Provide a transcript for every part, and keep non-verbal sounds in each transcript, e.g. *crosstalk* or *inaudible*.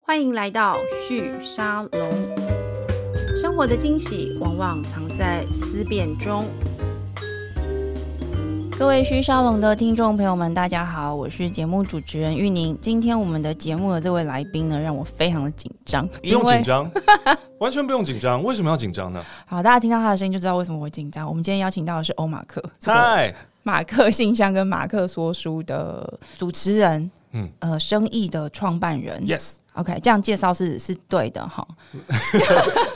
欢迎来到旭沙龙。生活的惊喜往往藏在思辨中。各位虚沙龙的听众朋友们，大家好，我是节目主持人玉宁。今天我们的节目的这位来宾呢，让我非常的紧张，不因用为紧张， *laughs* 完全不用紧张。为什么要紧张呢？好，大家听到他的声音就知道为什么我紧张。我们今天邀请到的是欧马 *laughs* 克，这个嗨，马克信箱跟马克说书的主持人，嗯嗯，呃，生意的创办人。 Yes， OK，这样介绍是是对的哈。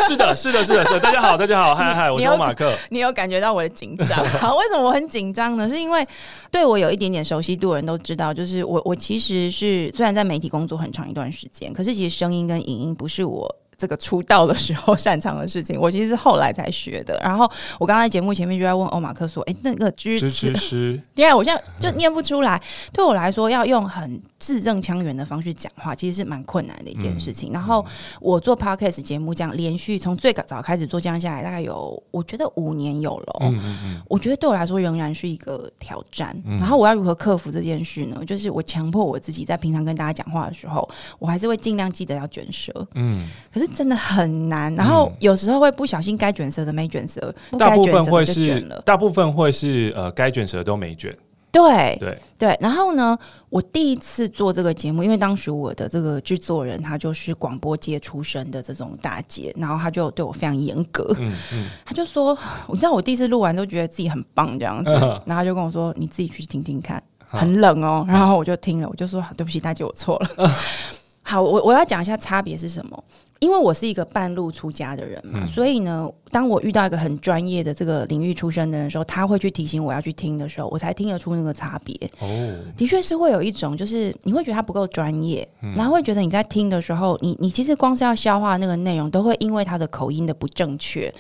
是的，是的，是的，是的。大家好，大 *laughs* 家好，嗨嗨，我你是要欧马克。你有感觉到我的紧张？好，为什么我很紧张呢？是因为对我有一点点熟悉度的人都知道，就是我我其实是虽然在媒体工作很长一段时间，可是其实声音跟影音不是我。这个出道的时候擅长的事情，我其实是后来才学的。然后我刚才节目前面就在问欧马克说：“哎，那个知吱词吱吱，你看，我现在就念不出来。对我来说，要用很字正腔圆的方式讲话，其实是蛮困难的一件事嗯情。然后我做 podcast 节目，这样连续从最早开始做，这样下来大概有，我觉得五年有了哦、嗯嗯嗯，我觉得对我来说仍然是一个挑战。然后我要如何克服这件事呢？就是我强迫我自己在平常跟大家讲话的时候，我还是会尽量记得要卷舌。嗯，可是真的很难。然后有时候会不小心该卷舌的没卷舌，不大该部卷分舌会的就是卷了，。大部分会是呃，该卷舌都没卷。对对，对，然后呢，我第一次做这个节目，因为当时我的这个制作人他就是广播界出身的这种大姐，然后他就对我非常严格，嗯嗯，他就说， *sighs* 我知道我第一次录完都觉得自己很棒这样子，然后他就跟我说，你自己去听听看，很冷哦，然后我就听了，我就说好对不起，大姐，我错了。好，我我要讲一下差别是什么，因为我是一个半路出家的人嘛，所以呢，当我遇到一个很专业的这个领域出身的人的时候，他会去提醒我要去听的时候，我才听得出那个差别。哦，的确是会有一种，就是你会觉得他不够专业，然后会觉得你在听的时候，你你其实光是要消化那个内容，都会因为他的口音的不正确，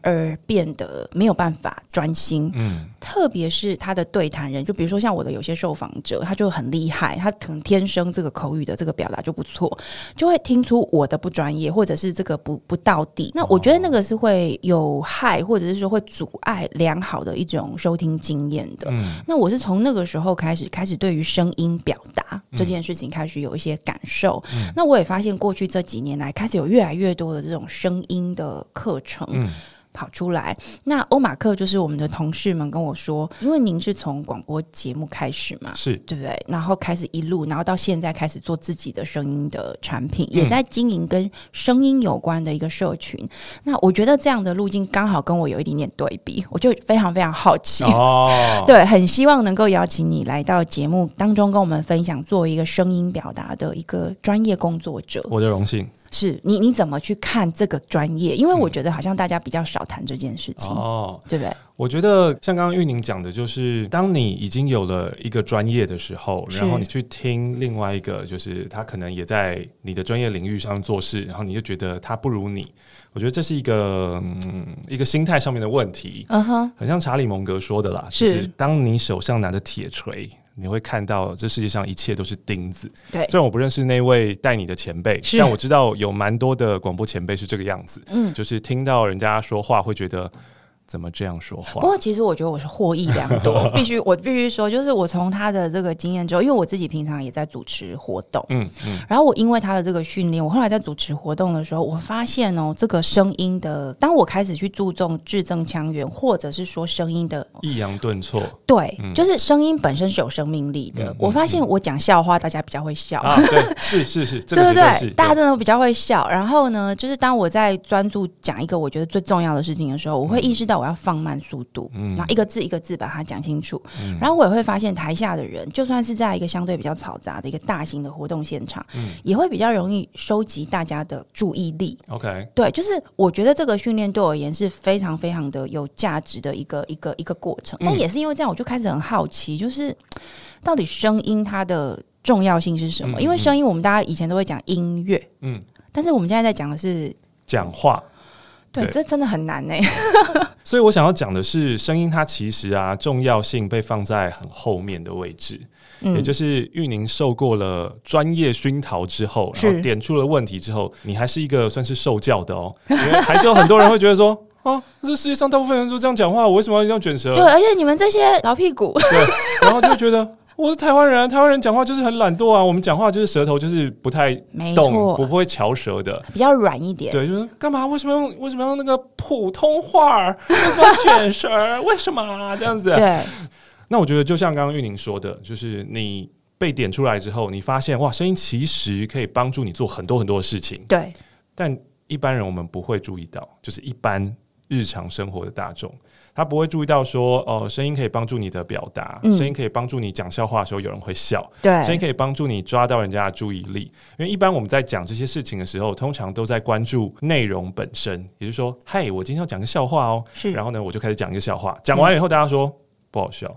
而变得没有办法专心。嗯特别是他的对谈人，就比如说像我的有些受访者，他就很厉害，他可能天生这个口语的这个表达就不错，就会听出我的不专业，或者是这个不不到底。那我觉得那个是会有害，或者是说会阻碍良好的一种收听经验的。嗯那我是从那个时候开始，开始对于声音表达嗯这件事情开始有一些感受。那我也发现，过去这几年来，开始有越来越多的这种声音的课程。嗯跑出来，那欧马克就是我们的同事们跟我说，因为您是从广播节目开始嘛，是对不对？然后开始一路，然后到现在开始做自己的声音的产品，嗯也在经营跟声音有关的一个社群。那我觉得这样的路径刚好跟我有一点点对比，我就非常非常好奇。哦， *laughs* 对，很希望能够邀请你来到节目当中，跟我们分享作为一个声音表达的一个专业工作者，我的荣幸。是你你怎么去看这个专业？因为我觉得好像大家比较少谈这件事情，哦，对不对？我觉得像刚刚玉宁讲的，就是当你已经有了一个专业的时候，是然后你去听另外一个，就是他可能也在你的专业领域上做事，然后你就觉得他不如你。我觉得这是一个嗯一个心态上面的问题，嗯哼，很像查理蒙格说的啦，是就是当你手上拿着铁锤。你会看到这世界上一切都是钉子。对虽然我不认识那位带你的前辈是，但我知道有蛮多的广播前辈是这个样子，嗯。就是听到人家说话会觉得怎么这样说话不。过，其实我觉得我是获益良 *laughs* 多，必须我必须说，就是我从他的这个经验之后，因为我自己平常也在主持活动，嗯嗯，然后我因为他的这个训练，我后来在主持活动的时候，我发现哦，这个声音的，当我开始去注重字正腔圆，或者是说声音的抑扬顿挫对，就是声音本身是有生命力的。嗯嗯嗯我发现我讲笑话，大家比较会笑。啊，对， *laughs* 是是是，这对个对绝是对，大家真的比较会笑。然后呢，就是当我在专注讲一个我觉得最重要的事情的时候，嗯我会意识到我要放慢速度，然后一个字一个字把它讲清楚。嗯然后我也会发现台下的人，就算是在一个相对比较嘈杂的一个大型的活动现场，嗯也会比较容易收集大家的注意力。 OK，对，就是我觉得这个训练对我而言是非常非常的有价值的一个一个一个过程。嗯但也是因为这样，我就开始很好奇，就是到底声音它的重要性是什么？嗯嗯因为声音我们大家以前都会讲音乐，嗯嗯，但是我们现在在讲的是，讲话。对，对这真的很难呢、所以我想要讲的是，声音它其实啊重要性被放在很后面的位置，也嗯，就是玉宁受过了专业熏陶之后，是然后点出了问题之后，你还是一个算是受教的哦，因为还是有很多人会觉得说， *laughs* 哦、这世界上大部分人都这样讲话，我为什么要这样卷舌？对，而且你们这些老屁股，对，然后就觉得 *laughs* 我是台湾人啊，台湾人讲话就是很懒惰啊，我们讲话就是舌头就是不太没动，错不，会翘舌的。比较软一点。对，就是干嘛？为什么用为什么要用那个普通话儿？为什么要卷舌儿？为什么啊这样子？对，那我觉得就像刚刚玉宁说的，就是你被点出来之后，你发现哇，声音其实可以帮助你做很多很多的事情，对，但一般人我们不会注意到，就是一般日常生活的大众，他不会注意到说哦、声音可以帮助你的表达，嗯声音可以帮助你讲笑话的时候有人会笑，声对，音可以帮助你抓到人家的注意力，因为一般我们在讲这些事情的时候，通常都在关注内容本身，也就是说，嗨，我今天要讲个笑话哦，是然后呢，我就开始讲一个笑话，讲完以后大家说、不好笑，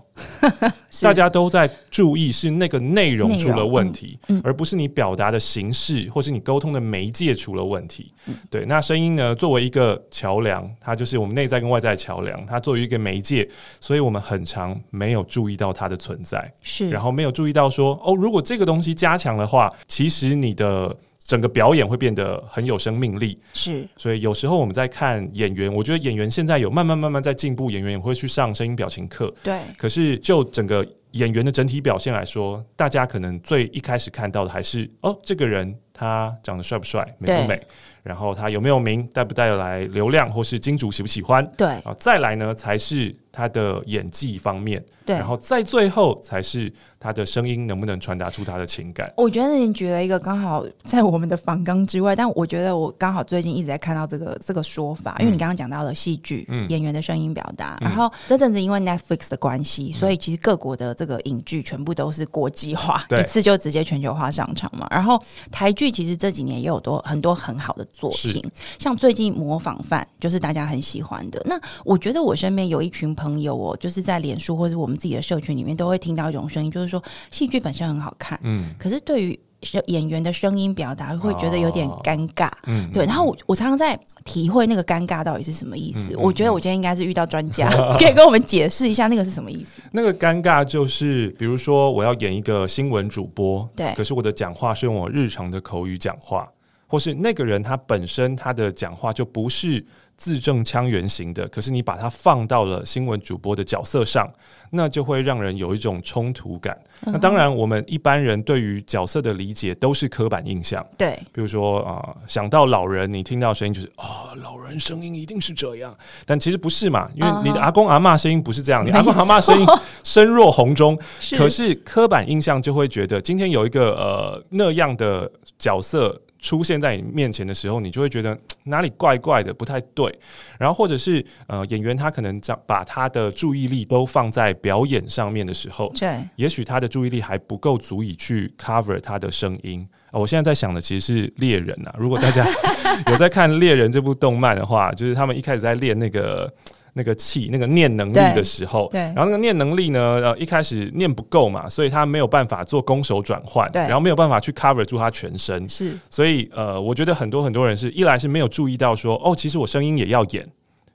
嗯 *laughs* 是大家都在注意是那个内容出了问题，内容嗯嗯而不是你表达的形式或是你沟通的媒介出了问题。嗯对，那声音呢，作为一个桥梁，它就是我们内在跟外在的桥梁，它作为一个媒介，所以我们很常没有注意到它的存在。是，然后没有注意到说，哦，如果这个东西加强的话，其实你的整个表演会变得很有生命力。是，所以有时候我们在看演员，我觉得演员现在有慢慢慢慢在进步，演员也会去上声音表情课。对，可是就整个演员的整体表现来说，大家可能最一开始看到的还是哦，这个人他长得帅不帅，美对不美，然后他有没有名，带不带来流量，或是金主喜不喜欢。对，啊，再来呢才是他的演技方面，对然后再最后才是他的声音能不能传达出他的情感。我觉得你举了一个刚好在我们的反纲之外，但我觉得我刚好最近一直在看到这个这个说法，因为你刚刚讲到了戏剧、嗯演员的声音表达，然后这阵子因为 Netflix 的关系，嗯所以其实各国的这个影剧全部都是国际化，对一次就直接全球化上场嘛。然后台剧其实这几年也有多很多很好的作品，像最近《模仿犯》就是大家很喜欢的。那我觉得我身边有一群朋友哦，就是在脸书或者我们自己的社群里面都会听到一种声音，就是说戏剧本身很好看。嗯可是对于演员的声音表达，会觉得有点尴尬。嗯，对，然后我我常常在体会那个尴尬到底是什么意思。嗯嗯嗯我觉得我今天应该是遇到专家， *laughs* 可以跟我们解释一下那个是什么意思。那个尴尬就是，比如说我要演一个新闻主播，对可是我的讲话是用我日常的口语讲话，或是那个人他本身他的讲话就不是字正腔圆型的，可是你把它放到了新闻主播的角色上，那就会让人有一种冲突感。那当然，我们一般人对于角色的理解都是刻板印象。对，比如说啊、呃想到老人，你听到声音就是啊、老人声音一定是这样，但其实不是嘛，因为你的阿公阿嬷声音不是这样，你阿公阿嬷声音声若洪钟，是可是刻板印象就会觉得，今天有一个呃那样的角色出现在你面前的时候，你就会觉得嘖嗯哪里怪怪的，不太对。然后或者是呃演员他可能将把他的注意力都放在表演上面的时候，对，也许他的注意力还不够足以去 cover 他的声音。啊我现在在想的其实是猎人啊，如果大家 *laughs* 有在看《猎人》这部动漫的话，就是他们一开始在练那个。那个气、那个念能力对的时候，对然后那个念能力呢，呃，一开始念不够嘛，所以他没有办法做攻守转换，对然后没有办法去 cover 住他全身，是所以呃，我觉得很多很多人是一来是没有注意到说，哦，其实我声音也要演，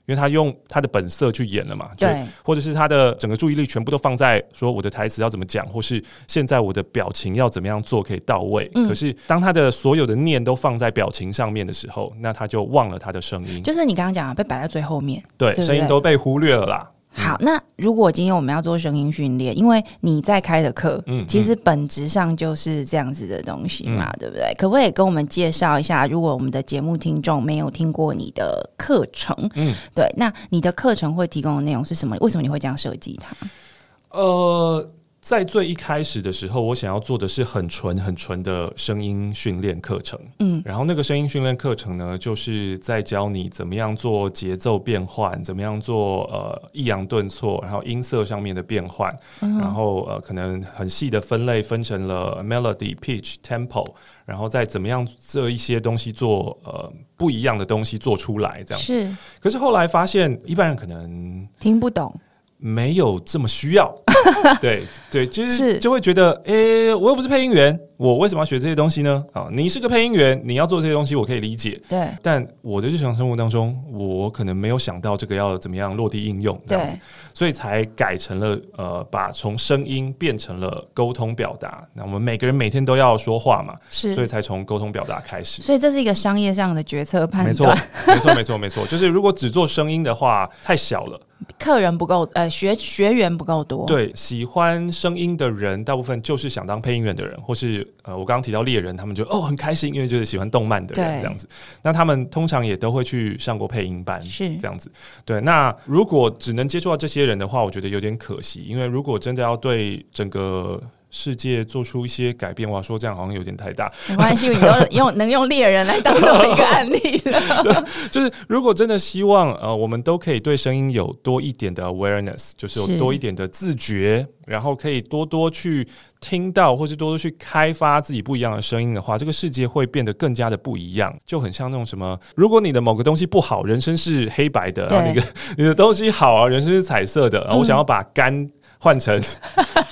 因为他用他的本色去演了嘛，就对，或者是他的整个注意力全部都放在说我的台词要怎么讲，或是现在我的表情要怎么样做可以到位。嗯可是当他的所有的念都放在表情上面的时候，那他就忘了他的声音，就是你刚刚讲的被摆在最后面。对对声音都被忽略了啦。好，那如果今天我们要做声音训练，因为你在开的课，嗯其实本质上就是这样子的东西嘛，对不对？可不可以跟我们介绍一下？如果我们的节目听众没有听过你的课程，嗯嗯，对，那你的课程会提供的内容是什么？为什么你会这样设计它？呃，在最一开始的时候，我想要做的是很纯很纯的声音训练课程。嗯，然后那个声音训练课程呢，就是在教你怎么样做节奏变换，怎么样做呃抑扬顿挫，然后音色上面的变换，嗯然后呃可能很细的分类分成了 melody、pitch、tempo，然后再怎么样这一些东西做呃不一样的东西做出来这样。是可是后来发现一般人可能听不懂，没有这么需 *laughs* 要，对对，就是是就会觉得，诶、我又不是配音员，我为什么要学这些东西呢？啊，你是个配音员，你要做这些东西，我可以理解，对但我的日常生活当中，我可能没有想到这个要怎么样落地应用，这样子对，所以才改成了呃，把从声音变成了沟通表达。那我们每个人每天都要说话嘛，所以是，才从沟通表达开始。所以这是一个商业上的决策判没错断，，没错，没错，没错，就是如果只做声音的话，太小了。客人不够，呃，学学员不够多。对，喜欢声音的人，大部分就是想当配音员的人，或是呃，我刚刚提到猎人，他们就哦很开心，因为就是喜欢动漫的人对这样子。那他们通常也都会去上过配音班，是这样子。对，那如果只能接触到这些人的话，我觉得有点可惜，因为如果真的要对整个。世界做出一些改变，哇，说这样好像有点太大。没关系，你都用 *laughs* 能用猎人来当做一个案例 *laughs* 了。就是如果真的希望，呃，我们都可以对声音有多一点的 awareness，就是有是多一点的自觉，然后可以多多去听到，或是多多去开发自己不一样的声音的话，这个世界会变得更加的不一样。就很像那种什么，如果你的某个东西不好，人生是黑白的，然后你的你的东西好啊，人生是彩色的，然后我嗯想要把肝换成 *laughs*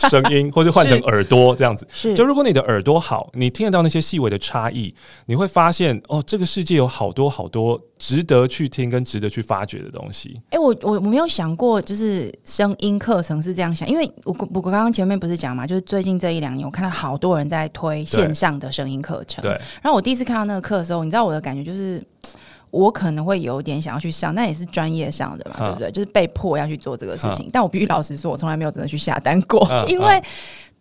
声音，或是换成是耳朵这样子。是就如果你的耳朵好，你听得到那些细微的差异，你会发现哦，这个世界有好多好多值得去听跟值得去发掘的东西。哎、我我我没有想过，就是声音课程是这样想，因为我我我刚刚前面不是讲嘛，就是最近这一两年，我看到好多人在推线上的声音课程。对，然后我第一次看到那个课的时候，你知道我的感觉就是，我可能会有点想要去上，那也是专业上的嘛，嗯对不对？就是被迫要去做这个事情。但我必须老实说，我从来没有真的去下单过，嗯因为。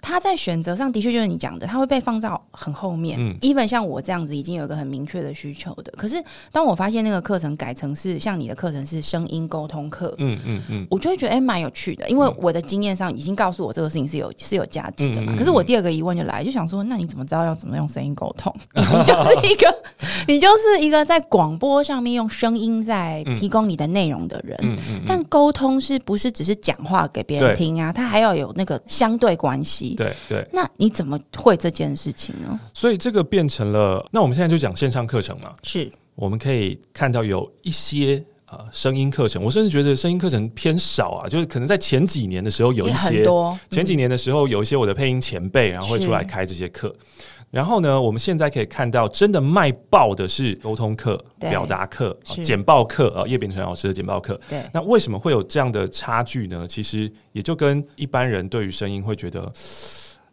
他在选择上的确就是你讲的，他会被放到很后面。嗯 even 像我这样子已经有一个很明确的需求的，可是当我发现那个课程改成是像你的课程是声音沟通课，嗯嗯嗯，我就会觉得哎蛮、有趣的，因为我的经验上已经告诉我这个事情是有是有价值的嘛。嗯嗯嗯可是我第二个疑问就来，就想说，那你怎么知道要怎么用声音沟 *laughs* 通？你就是一个，你就是一个在广播上面用声音在提供你的内容的人。嗯嗯，但沟通是不是只是讲话给别人对听啊？它还要有那个相对关系。对对，那你怎么会这件事情呢？所以这个变成了，那我们现在就讲线上课程嘛，是我们可以看到有一些。呃，声音课程，我甚至觉得声音课程偏少啊，就是可能在前几年的时候有一也些很，多嗯前几年的时候，有一些我的配音前辈，然后会出来开这些课。然后呢，我们现在可以看到，真的卖爆的是沟通课、对表达课、啊是简报课啊，叶秉成老师的简报课。对那为什么会有这样的差距呢？其实也就跟一般人对于声音会觉得，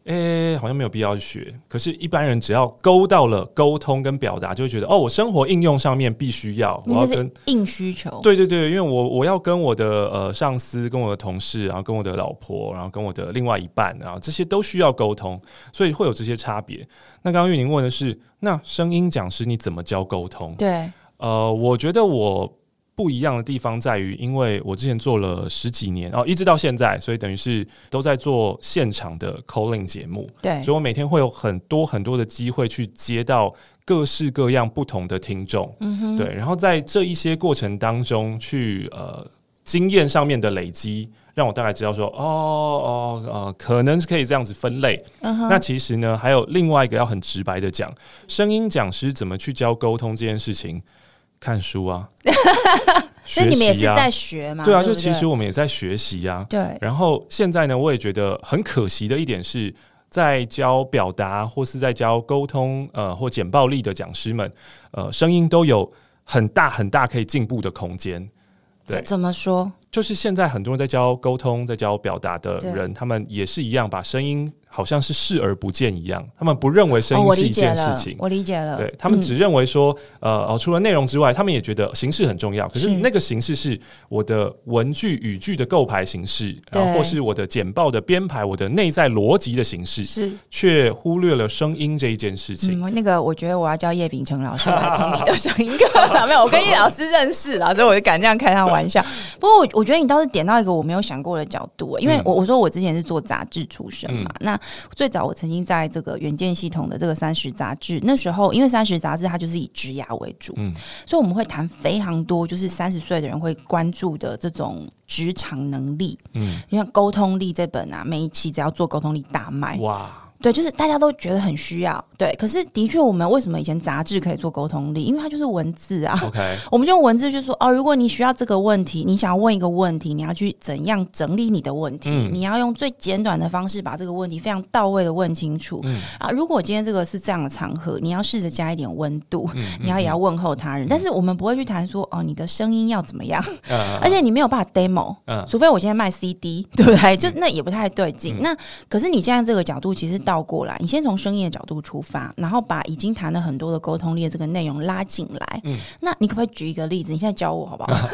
诶、好像没有必要学。可是，一般人只要勾到了沟通跟表达，就会觉得哦，我生活应用上面必须要，我因为要那跟是硬需求。对对对，因为我我要跟我的呃上司、跟我的同事，然后跟我的老婆，然后跟我的另外一半，然后这些都需要沟通，所以会有这些差别。那刚刚玉宁问的是，那声音讲师你怎么教沟通？对呃，我觉得我不一样的地方在于，因为我之前做了十几年哦，一直到现在，所以等于是都在做现场的 calling 节目，对所以我每天会有很多很多的机会去接到各式各样不同的听众，嗯对，然后在这一些过程当中去呃经验上面的累积。让我大概知道说，哦哦呃，可能是可以这样子分类。嗯那其实呢，还有另外一个要很直白的讲，声音讲师怎么去教沟通这件事情，看书啊， *laughs* 所以学你们也是习啊，在学嘛？对啊，不就其实我们也在学习啊。对然后现在呢，我也觉得很可惜的一点是，在教表达或是在教沟通，呃，或简报力的讲师们，呃，声音都有很大很大可以进步的空间。对这怎么说？哦就是现在很多人在教沟通、在教表达的人，他们也是一样，把声音好像是视而不见一样，他们不认为声哦，音我是理一解件事了情，。我理解了。对他们嗯只认为说，呃，哦，除了内容之外，他们也觉得形式很重要。可是是那个形式是我的文句、语句的构排形式，然后对或是我的简报的编排，我的内在逻辑的形式，是却忽略了声音这一件事情。嗯，那个我觉得我要叫叶秉成老师来听你的声音课， *laughs* 没有，我跟叶老师认识啦，所以我就敢这样开他玩 *laughs* 笑。不过我我觉得你倒是点到一个我没有想过的角度，欸因为嗯我我说我之前是做杂志出身嘛，那最早我曾经在这个远见系统的这个三十杂志，那时候因为三十杂志它就是以职涯为主，嗯所以我们会谈非常多，就是三十岁的人会关注的这种职场能力，嗯，你看《沟通力》这本啊，每一期只要做沟通力大卖，哇，对，就是大家都觉得很需要，对。可是的确，我们为什么以前杂志可以做沟通力？因为它就是文字啊。 OK， *laughs* 我们就用文字去说哦，如果你需要这个问题，你想要问一个问题，你要去怎样整理你的问题，嗯你要用最简短的方式把这个问题非常到位的问清楚、嗯啊。如果今天这个是这样的场合，你要试着加一点温度，嗯你要也要问候他人，但是我们不会去谈说哦，你的声音要怎么样，呃 *laughs* 而且你没有办法 demo，、嗯除非我现在卖 CD，对 *laughs* 不对？就那也不太对劲。那可是你现在这个角度其实倒过来，你先从生意的角度出发，然后把已经谈了很嗯 *laughs* 多的沟通力的这个内容拉进来。那你可不可以举一个例子？你现在教我好不好？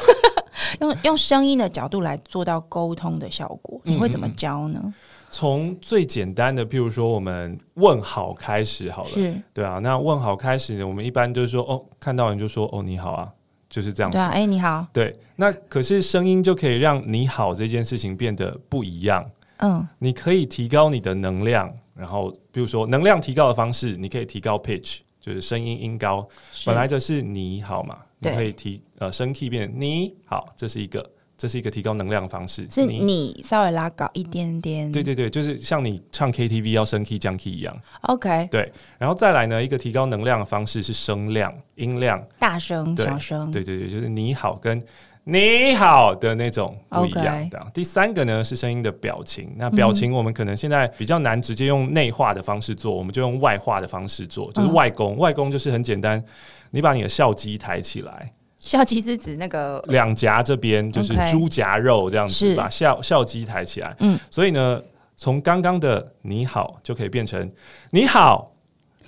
用用声音的角度来做到沟通的效果，嗯你会怎么教呢？从最简单的，譬如说我们问好开始好了，是对啊。那问好开始，我们一般就是说，哦，看到人就说，哦，你好啊，就是这样子对。啊，哎、你好，对，那可是声音就可以让你好这件事情变得不一样。嗯，你可以提高你的能量，然后比如说能量提高的方式，你可以提高 pitch，就是声音音高。是本来就是你好嘛，你对可以提呃声 key 变你好，这是一个这是一个提高能量的方式。是你稍微拉高一点点，对对对，就是像你唱 KTV 要升 key 降 key 一样， ，OK，对。然后再来呢，一个提高能量的方式是声量、音量，大声、对小声，对对对，就是你好跟你好的那种不一样 OK 的。第三个呢是声音的表情，那表情我们可能现在比较难直接用内化的方式做，我们就用外化的方式做，就是嗯外功。外功就是很简单，你把你的笑肌抬起来，笑肌是指那个两颊这边就是 OK 猪夹肉这样子，是把笑笑肌抬起来。嗯所以呢，从刚刚的你好就可以变成你好，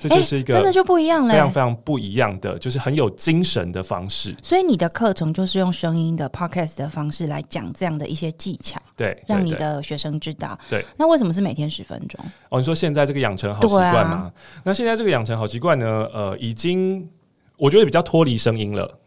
这就哎是一真的个就不一样非嘞常。非常不一样的，就是很有精神的方式。所以你的课程就是用声音的 podcast 的方式来讲这样的一些技巧，对，对让你对的学生知道。对，那为什么是每天十分钟？哦，你说现在这个养成好习惯对吗啊？那现在这个养成好习惯呢，呃，已经我觉得比较脱离声音了。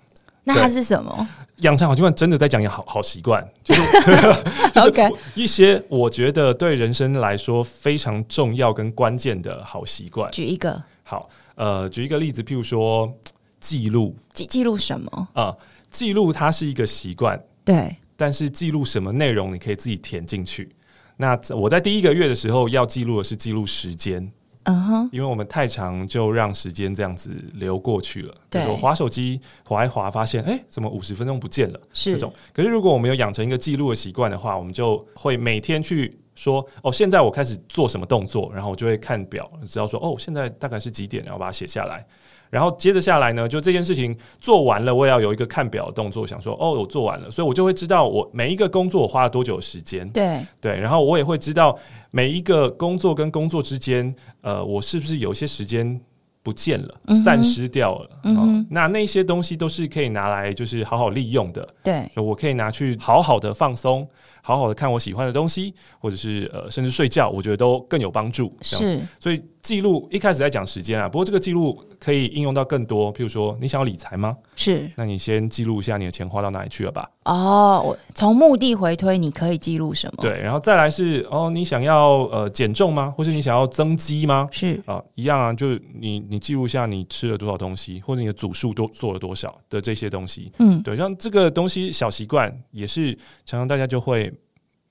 那它是什么养成好习惯真的在讲好好习惯，就是 *laughs* 就是 OK 我一些我觉得对人生来说非常重要跟关键的好习惯。举一个好，呃，举一个例子，譬如说记录记记录什么？啊、记录它是一个习惯，对，但是记录什么内容你可以自己填进去。那我在第一个月的时候要记录的是记录时间，嗯哼，因为我们太长，就让时间这样子流过去了。对我划手机划一划，发现哎、诶怎么五十分钟不见了？是这种。可是如果我们有养成一个记录的习惯的话，我们就会每天去说哦，现在我开始做什么动作，然后我就会看表，知道说哦，现在大概是几点，然后把它写下来。然后接着下来呢，就这件事情做完了，我也要有一个看表的动作，想说哦，我做完了，所以我就会知道我每一个工作我花了多久的时间。对，对，然后我也会知道每一个工作跟工作之间，呃，我是不是有些时间不见了、散失掉了？嗯、那那些东西都是可以拿来就是好好利用的，对，我可以拿去好好的放松，好好的看我喜欢的东西，或者是呃，甚至睡觉，我觉得都更有帮助。这样子，是，所以记录一开始在讲时间啊，不过这个记录可以应用到更多，譬如说你想要理财吗？是，那你先记录一下你的钱花到哪里去了吧。哦，我从目的回推，你可以记录什么？，对，然后再来是哦，你想要呃减重吗？或是你想要增肌吗？是，啊，一样啊，就是你你记录一下你吃了多少东西，或者你的组数多做了多少的这些东西。嗯，对，像这个东西小习惯也是常常大家就会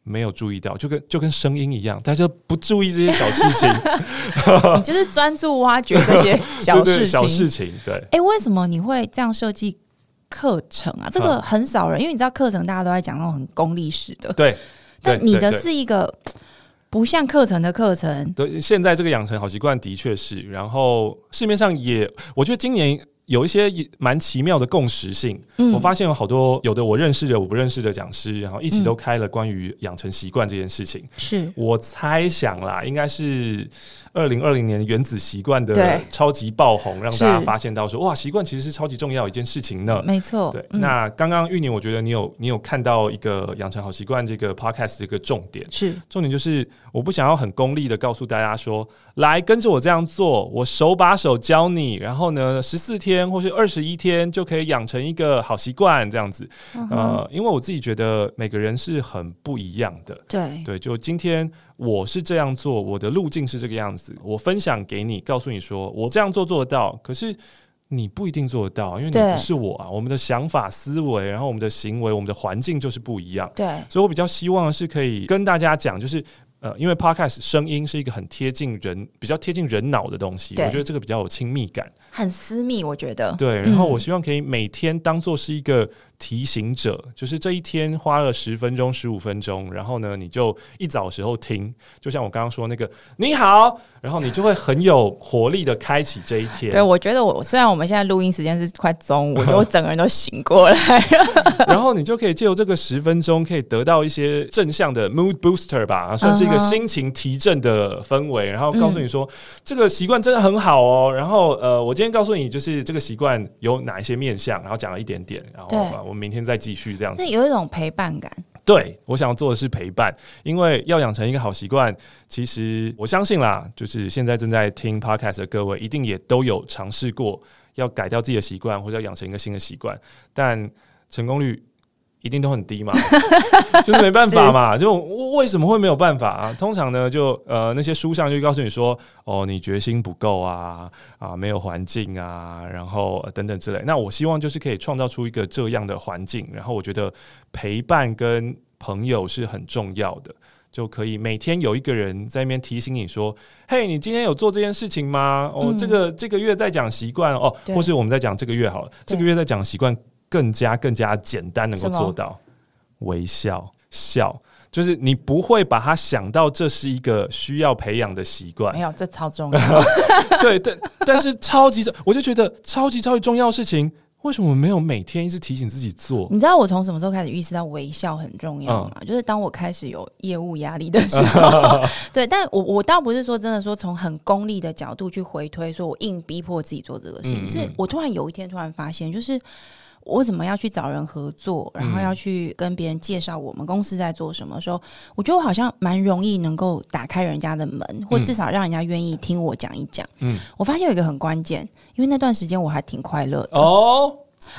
没有注意到，就跟就跟声音一样，大家不注意这些小 *laughs* 事情，你就是专注挖掘这些小 *laughs* 对对事小情事。情，对。哎、为什么你会这样设计课程啊？这嗯个很少人，因为你知道课程大家都在讲那种很功利式的，对， *laughs* 但对你对的对是一个不像课程的课程，对，现在这个养成好习惯的确是，然后市面上也，我觉得今年有一些也蛮奇妙的共识性。嗯我发现有好多有的我认识的，我不认识的讲师，然后一起都开了关于养成习惯这件事情。是我猜想啦，应该是二零二零年原子习惯的对超级爆红，让大家是发现到说，哇，习惯其实是超级重要一件事情呢。没错。对，嗯、那刚刚玉宁，我觉得你有你有看到一个养成好习惯这个 podcast 的一个重点，是重点就是，我不想要很功利的告诉大家说，来跟着我这样做，我手把手教你，然后呢，十四天或是二十一天就可以养成一个好习惯，这样子。嗯呃，因为我自己觉得每个人是很不一样的。对对，就今天我是这样做，我的路径是这个样子，我分享给你，告诉你说我这样做做得到，可是你不一定做得到，因为你对不是我啊，我们的想法、思维，然后我们的行为、我们的环境就是不一样。对所以我比较希望的是可以跟大家讲，就是呃，因为 podcast 声音是一个很贴近人、比较贴近人脑的东西，对我觉得这个比较有亲密感。很私密，我觉得对，然后嗯我希望可以每天当做是一个提醒者，就是这一天花了十分钟、十五分钟，然后呢，你就一早的时候听，就像我刚刚说那个你好，然后你就会很有活力的开启这一天。对，我觉得我虽然我们现在录音时间是快中午，我觉得我整个人都醒过 *laughs* 来了。然后你就可以借由这个十分钟，可以得到一些正向的 mood booster 吧，算是一个嗯哼心情提振的氛围。然后告诉你说，这个习惯真的很好哦。然后呃，我今天告诉你，就是这个习惯有哪一些面向，然后讲了一点点，然后对呃我们明天再继续这样子那。有一种陪伴感，对我想要做的是陪伴，因为要养成一个好习惯，其实我相信啦，就是现在正在听 podcast 的各位，一定也都有尝试过要改掉自己的习惯，或者要养成一个新的习惯，但成功率。一定都很低嘛，就是没办法嘛，就我为什么会没有办法啊？通常呢，就呃那些书上就告诉你说，哦，你决心不够啊，啊，没有环境啊，然后、呃等等之类。那我希望就是可以创造出一个这样的环境，然后我觉得陪伴跟朋友是很重要的，就可以每天有一个人在那边提醒你说：“嘿，你今天有做这件事情吗？”哦，嗯这个这个月在讲习惯哦，对或是我们在讲这个月好了，这个月在讲习惯更加更加简单能够什么做到微笑笑。就是你不会把它想到这是一个需要培养的习惯没，有这超重要。对，但但是超级重，我就觉得超级超级重要的事情，为什么没有每天一直提醒自己做？你知道我从什么时候开始意识到微笑很重要嗯吗？就是当我开始有业务压力的时 *laughs* 候，对，但我我倒不是说真的说从很功利的角度去回推，说我硬逼迫自己做这个事情，嗯是嗯我突然有一天突然发现，就是。我为什么要去找人合作，然嗯后要去跟别人介绍我们公司在做什么的时候，我觉得我好像蛮容易能够打开人家的门，或嗯至少让人家愿意听我讲一讲。嗯我发现有一个很关键，因为那段时间我还挺快乐的，哦，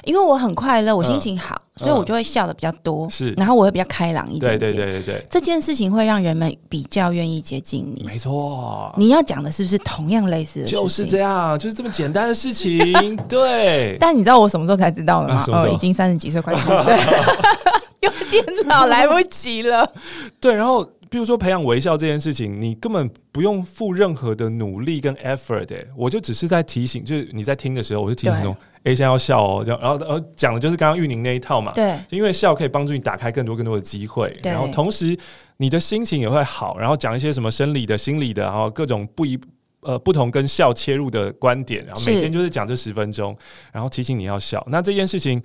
因为我很快乐，我心情好，所以我就会笑的比较多，嗯是然后我会比较开朗一点对点对对对对，这件事情会让人们比较愿意接近你。没错，你要讲的是不是同样类似的？就是这样。样，就是这么简单的事 *laughs* 情。对，但你知道我什么时候才知道的吗啊？什么时候哦，已经三十几岁，快四 *laughs* 十岁，有点老，来不及了。对，然后比如说培养微笑这件事情，你根本不用付任何的努力跟 effort，、欸、我就只是在提醒，就是你在听的时候，我就提醒说，哎、现在要笑哦，这样，然后呃讲的就是刚刚玉宁那一套嘛。对，因为笑可以帮助你打开更多更多的机会，对然后同时你的心情也会好，然后讲一些什么生理的、心理的，然后各种不一呃不同跟笑切入的观点，然后每是天就是讲这十分钟，然后提醒你要笑。那这件事情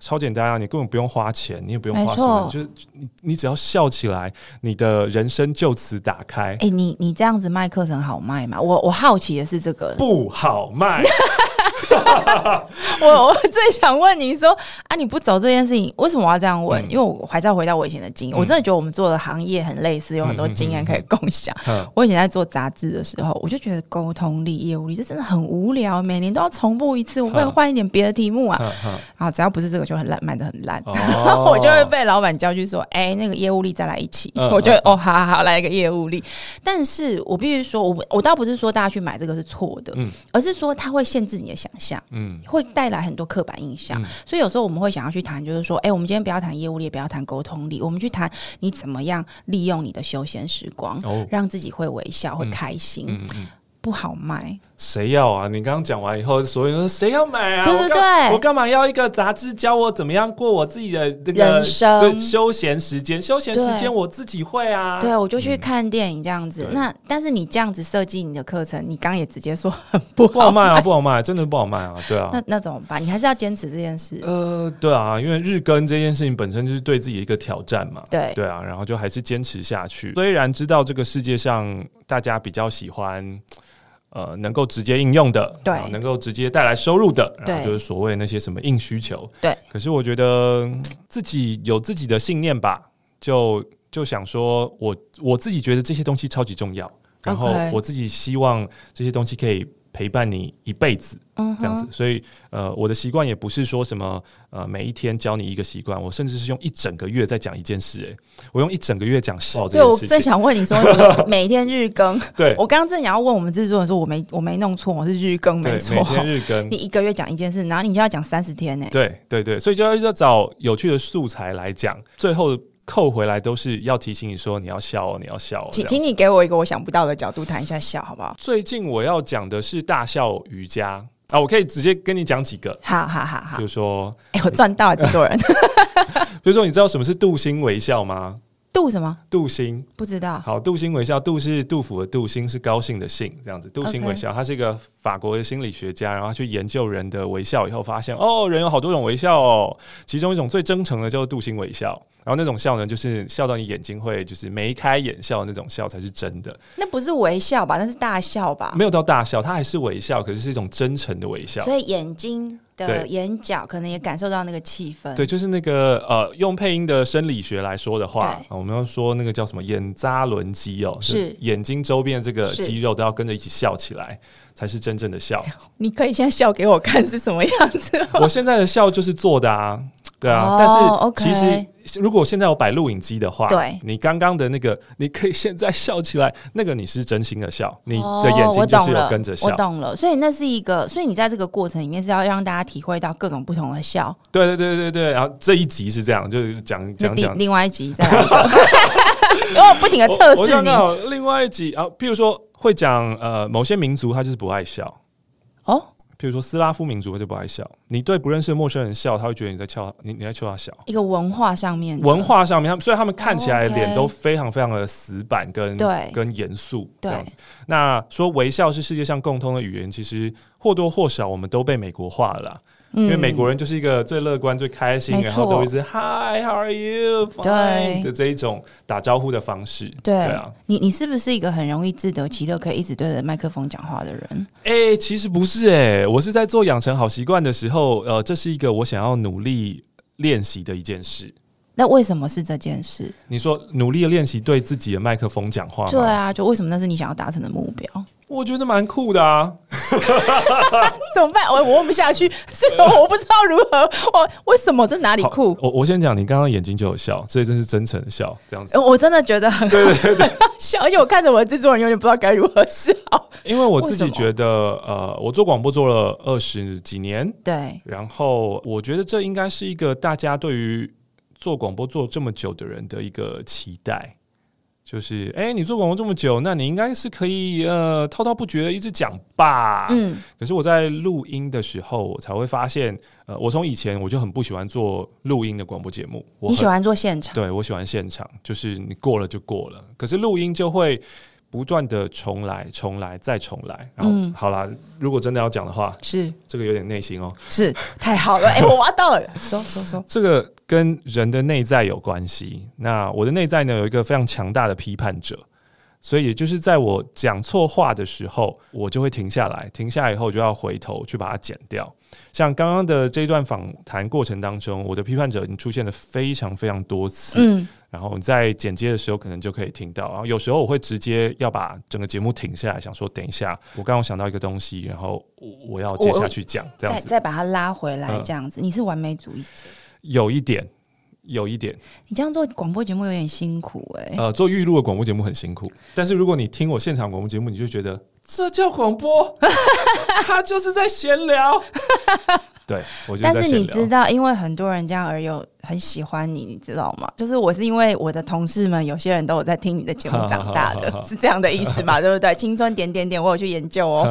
超简单啊，你根本不用花钱，你也不用花什么，没错就是你你只要笑起来，你的人生就此打开，哎、你你这样子卖课程好卖吗？我我好奇的是这个，不好卖。 *laughs* *laughs* 我我最想问你说啊，你不走这件事情，为什么我要这样问？嗯因为我还是要回到我以前的经验，我真的觉得我们做的行业很类似，有很多嗯嗯嗯经验可以共享。嗯我以前在做杂志的时候，我就觉得沟通力、业务力这真的很无聊，每年都要重复一次，我不能嗯换一点别的题目啊？嗯嗯啊，只要不是这个就很烂，卖的很烂。然哦后我就会被老板叫去说：“哎、那个业务力再来一期。嗯我就会嗯哦，好好好，来一个业务力。但是我必须说，我我倒不是说大家去买这个是错的，嗯而是说它会限制你的想象。嗯会带来很多刻板印象，嗯所以有时候我们会想要去谈，就是说，哎、我们今天不要谈业务力，也不要谈沟通力，我们去谈你怎么样利用你的休闲时光，哦让自己会微笑、会开心，嗯嗯，不好卖。谁要啊？你刚刚讲完以后，所有人说谁要买啊？对对我干对我干嘛要一个杂志教我怎么样过我自己的那个人生对，休闲时间，休闲时对间我自己会啊。对，我就去看电影这样子。对那但是你这样子设计你的课程，你刚刚也直接说很不不好卖啊，不好卖，真的不好卖啊。对啊那，那怎么办？你还是要坚持这件事。呃，对啊，因为日更这件事情本身就是对自己一个挑战嘛。对对啊，然后就还是坚持下去。虽然知道这个世界上大家比较喜欢，呃，能够直接应用的，对然后能够直接带来收入的，然后对就是所谓那些什么硬需求，对。可是我觉得嗯自己有自己的信念吧，就就想说我我自己觉得这些东西超级重要，然后 OK 我自己希望这些东西可以陪伴你一辈子。嗯这样子哼，，所以呃，我的习惯也不是说什么呃，每一天教你一个习惯，我甚至是用一整个月在讲一件事、欸，我用一整个月讲笑这对，我件事正情，想问你说， *laughs* 你每天日更，对我刚刚正想要问我们制作人说，我没我没弄错，我是日更，对没，错。每天日更 *laughs* 你，一个月讲一件事，然后你就要讲三十天呢、对对对，所以就要要找有趣的素材来讲，最后扣回来都是要提醒你说你要笑、哦，你要笑、哦，请这样请你给我一个我想不到的角度谈一下笑，好不好？最近我要讲的是大笑瑜伽啊，我可以直接跟你讲几个，好好好好比，如说，哎、我赚到了，制作人 *laughs* 比如说，你知道什么是杜心微笑吗？度什么？杜心，不知道。好，杜心微笑，杜是杜甫的杜，心是高兴的兴，这样子。杜心微笑他是一个法国的心理学家，然后他去研究人的微笑以后，发现哦，人有好多种微笑哦，其中一种最真诚的叫做杜心微笑，然后那种笑呢，就是笑到你眼睛会就是眉开眼笑的那种笑才是真的，那不是微笑吧？那是大笑吧？没有到大笑，它还是微笑，可是是一种真诚的微笑。所以眼睛的眼角，可能也感受到那个气氛。对，就是那个呃，用配音的生理学来说的话，啊、我们要说那个叫什么眼匝轮肌哦，是眼睛周边这个肌肉都要跟着一起笑起来，才是真正 *laughs* 的笑。你可以先笑给我看是什么样子、哦。 *laughs* 我现在的笑就是做的啊，对啊，哦、但是其实。 Okay 如果现在有摆录影机的话，对，你刚刚的那个，你可以现在笑起来，那个你是真心的笑，你的眼睛就是有跟着笑、哦哦我。我懂了，所以那是一个，所以你在这个过程里面是要让大家体会到各种不同的笑。对对对对对，然后这一集是这样，就是讲讲讲另外一集再来 *laughs* 一個，因为我不停的测试你。我我另外一集啊，譬如说会讲呃某些民族他就是不爱笑哦。譬如说斯拉夫民族，他就不爱笑。你对不认识的陌生人笑，他会觉得你在笑，你你在笑他笑。一个文化上面，文化上面，他们所以他们看起来脸都非常非常的死板跟，跟对跟严肃这对。样子。那说微笑是世界上共通的语言，其实或多或少我们都被美国化了啦。嗯因为美国人就是一个最乐观、最开心，然后都一直 Hi, How are you? Fine 的这一种打招呼的方式。对啊，你你是不是一个很容易自得其乐，可以一直对着麦克风讲话的人？哎、欸，其实不是哎、欸，我是在做养成好习惯的时候，呃，这是一个我想要努力练习的一件事。那为什么是这件事？你说努力的练习对自己的麦克风讲话吗？对啊，就为什么那是你想要达成的目标？我觉得蛮酷的啊！ *laughs* 怎么办？我我问不下 *laughs* 去，是我不知道如何，我为什么这哪里酷？我我先讲，你刚刚眼睛就有笑，所以这是真诚的笑，这样 *laughs* 子。我真的觉得很对对对笑，而且我看着我的制作人有点不知道该如何是好。因为我自己觉得，呃，我做广播做了二十几年，对，然后我觉得这应该是一个大家对于做广播做这么久的人的一个期待。就是哎、欸，你做广播这么久，那你应该是可以呃滔滔不绝的一直讲吧。 *laughs* 嗯，可是我在录音的时候，我才会发现，呃，我从以前我就很不喜欢做录音的广播节目。我你喜欢做现场？对，我喜欢现场，就是你过了就过了。可是录音就会不断的重来、重来再重来。然后、嗯、好啦，如果真的要讲的话，是这个有点内心哦、喔。是太好 *laughs* 了，哎、欸，我挖到了，收收收。这个。跟人的内在有关系。那我的内在呢，有一个非常强大的批判者，所以也就是在我讲错话的时候，我就会停下来。停下来以后，我就要回头去把它剪掉。像刚刚的这一段访谈过程当中，我的批判者已经出现了非常非常多次。嗯，然后你在剪接的时候，可能就可以听到。然后有时候我会直接要把整个节目停下来，想说等一下，我刚刚想到一个东西，然后我要接下去讲，这样子再把它拉回来，这样子。嗯、你是完美主义者。有一点，有一点。你这样做广播节目有点辛苦哎、欸。呃，做预录的广播节目很辛苦，但是如果你听我现场广播节目，你就觉得这叫 *laughs* 广播，他就是在闲聊。对，我就但是你知道，因为很多人这样而有很喜欢你，你知道吗？就是我是因为我的同事们，有些人都有在听你的节目长大的，是这样的意思嘛？对不对？青春点点点，我有去研究哦。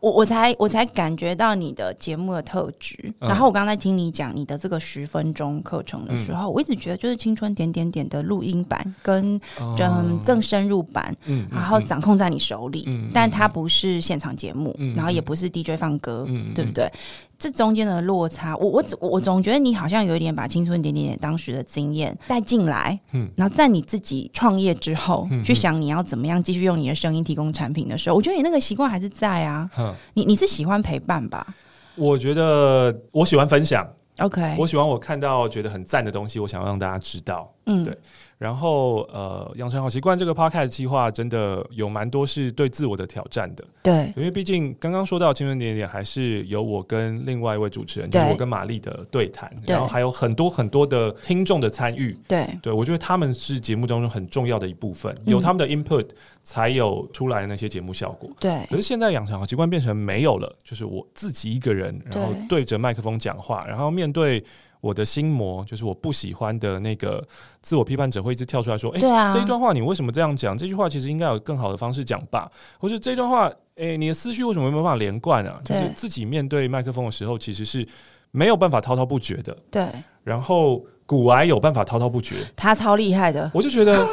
我我才我才感觉到你的节目的特质，嗯、然后我刚才听你讲你的这个十分钟课程的时候，嗯、我一直觉得就是青春点点点的录音版跟嗯更深入版，哦嗯、然后掌控在你手里，但它不是现场节目，然后也不是 DJ 放嗯歌，对不对？这中间的落差，我我我总觉得你好像有一点把青春点点点当时的经验带进来，嗯，然后在你自己创业之后，去想你要怎么样继续用你的声音提供产品的时候，我觉得你那个习惯还是在啊。你你是喜欢陪伴吧？我觉得我喜欢分享。 OK，我喜欢我看到觉得很赞的东西，我想要让大家知道。嗯，对。然后呃，养成好习惯这个 Podcast 计划真的有蛮多是对自我的挑战的。对，因为毕竟刚刚说到青春点点，还是有我跟另外一位主持人，就是我跟玛丽的对谈，对然后还有很多很多的听众的参与。对，对我觉得他们是节目当中很重要的一部分，有他们的 input 才有出来那些节目效果。对，可是现在养成好习惯变成没有了，就是我自己一个人，然后对着麦克风讲话，然后面。面对我的心魔，就是我不喜欢的那个自我批判者会一直跳出来说：“哎、欸，啊、这一段话你为什么这样讲？这句话其实应该有更好的方式讲吧？”或是这段话，哎、欸，你的思绪为什么没办法连贯啊？就是自己面对麦克风的时候，其实是没有办法滔滔不绝的。对，然后古癌有办法滔滔不绝，他超厉害的，我就觉得。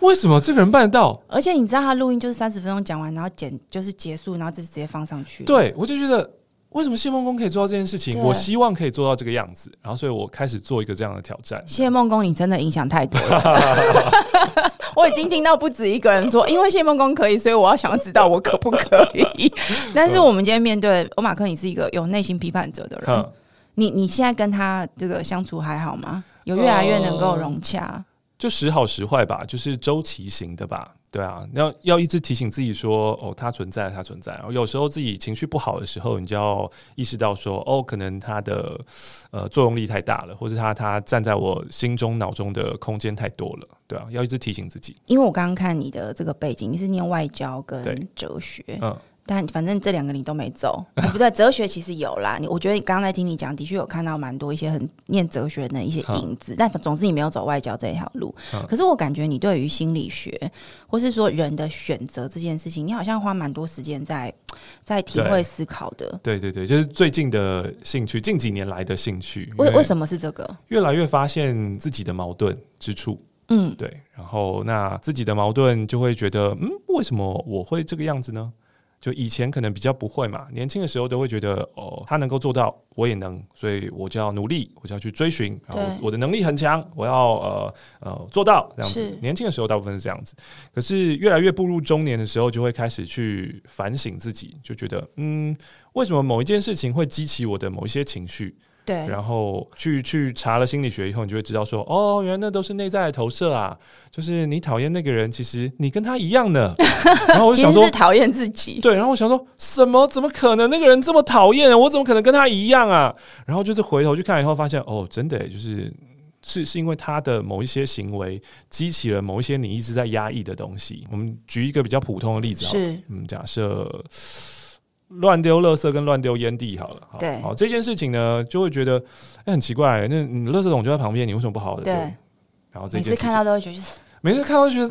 为什么这个人办得到？而且你知道，他录音就是三十分钟讲完，然后剪就是结束，然后就直接放上去。对，我就觉得。为什么谢梦工可以做到这件事情？我希望可以做到这个样子，然后所以我开始做一个这样的挑战。谢梦工，你真的影响太多了。 *laughs* 我已经听到不止一个人说，因为谢梦工可以，所以我要想要知道我可不可以。但是我们今天面对哦欧马克，你是一个有内心批判者的人哼，你你现在跟他这个相处还好吗？有越来越能够融洽？就时好时坏吧，就是周期型的吧。对啊，要要一直提醒自己说，哦，它存在，它存在。然后有时候自己情绪不好的时候，你就要意识到说，哦，可能它的呃作用力太大了，或是它它站在我心中脑中的空间太多了。对啊，要一直提醒自己。因为我刚刚看你的这个背景，你是念外交跟对哲学，嗯，但反正这两个你都没走， *laughs* 啊、不对，哲学其实有啦。你我觉得你刚刚在听你讲，的确有看到蛮多一些很念哲学的一些影嗯子，但总之你没有走外交这一条路。可是我感觉你对于心理学，或是说人的选择这件事情，你好像花蛮多时间在在体会对思考的。对对对，就是最近的兴趣，近几年来的兴趣。为为么什么是这个？越来越发现自己的矛盾之处？嗯，对，然后那自己的矛盾就会觉得，嗯，为什么我会这个样子呢？就以前可能比较不会嘛，年轻的时候都会觉得，哦，他能够做到，我也能，所以我就要努力，我就要去追寻，然后对我的能力很强，我要呃呃做到这样子是。年轻的时候大部分是这样子，可是越来越步入中年的时候，就会开始去反省自己，就觉得，嗯，为什么某一件事情会激起我的某一些情绪？对，然后去去查了心理学以后，你就会知道说，哦，原来那都是内在的投射啊，就是你讨厌那个人，其实你跟他一样 *laughs* 呢。然后我就其想实说是，讨厌自己。对，然后我想说，什么？怎么可能？那个人这么讨厌，啊我怎么可能跟他一样啊？然后就是回头去看以后，发现哦，真的耶就是。是是因为他的某一些行为激起了某一些你一直在压抑的东西。我们举一个比较普通的例子好了，是嗯，假设乱丢垃圾跟乱丢烟蒂好了，好对好这件事情呢，就会觉得哎、很奇怪，那你垃圾桶就在旁边，你为什么不好好的丢？对，然后这每件次事情看，到都会觉得 *laughs* 就是每次看到就觉得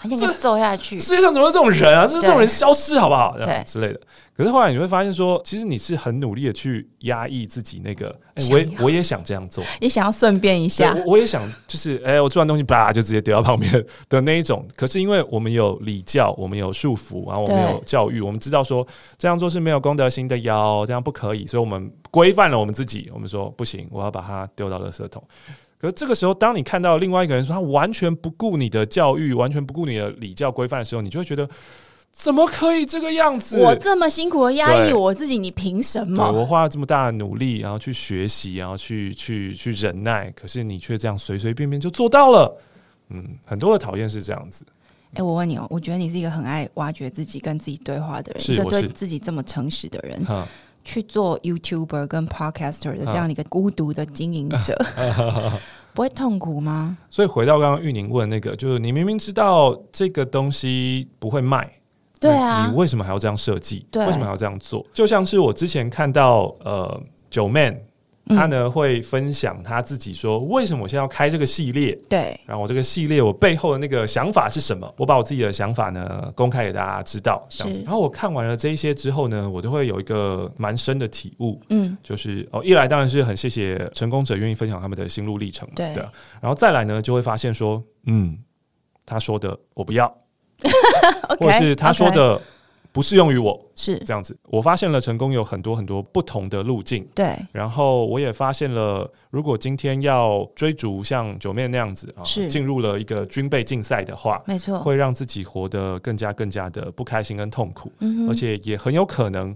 很想给揍下 *laughs* 去。世界上怎么有这种人啊？是不是这种人消失好不好？对对之类的。可是后来你会发现说，其实你是很努力的去压抑自己那个，哎、想我也要我也想这样做，也想要顺便一下对，我我也想，就是哎、我做完东西吧，就直接丢到旁边 *laughs* 的那一种。可是因为我们有礼教，我们有束缚，然后我们对有教育，我们知道说这样做是没有公德心的哟，这样不可以，所以我们规范了我们自己。我们说不行，我要把它丢到垃圾桶。可是这个时候，当你看到另外一个人说他完全不顾你的教育，完全不顾你的礼教规范的时候，你就会觉得怎么可以这个样子？我这么辛苦的压抑对我自己，你凭什对么？我花了这么大的努力，然后去学习，然后去去去忍耐，可是你却这样随随便便就做到了。嗯，很多的讨厌是这样子，哎、我问你哦，我觉得你是一个很爱挖掘自己、跟自己对话的人，是一个我对是自己这么诚实的人，哈，去做 YouTuber 跟 Podcaster 的这嗯样一个孤独的经营 *laughs* 者，不会痛苦吗？所以回到刚刚玉宁问那个，就是你明明知道这个东西不会卖，对那啊你，为什么还要这样设计？对为什么还要这样做？就像是我之前看到呃九 man，他嗯呢、会分享他自己说为什么我现在要开这个系列，对，然后我这个系列我背后的那个想法是什么？我把我自己的想法呢公开给大家知道，这样子是。然后我看完了这一些之后呢，我都会有一个蛮深的体悟，嗯，就是哦，一来当然是很谢谢成功者愿意分享他们的心路历程嘛，对啊然后再来呢，就会发现说，嗯，他说的我不要 OK，或者是他说 OK，的不适用于我，是这样子。我发现了成功有很多很多不同的路径。对，然后我也发现了，如果今天要追逐像九妹那样子啊是，哦进入了一个军备竞赛的话，没错，会让自己活得更加更加的不开心跟痛苦，嗯而哼，且也很有可能，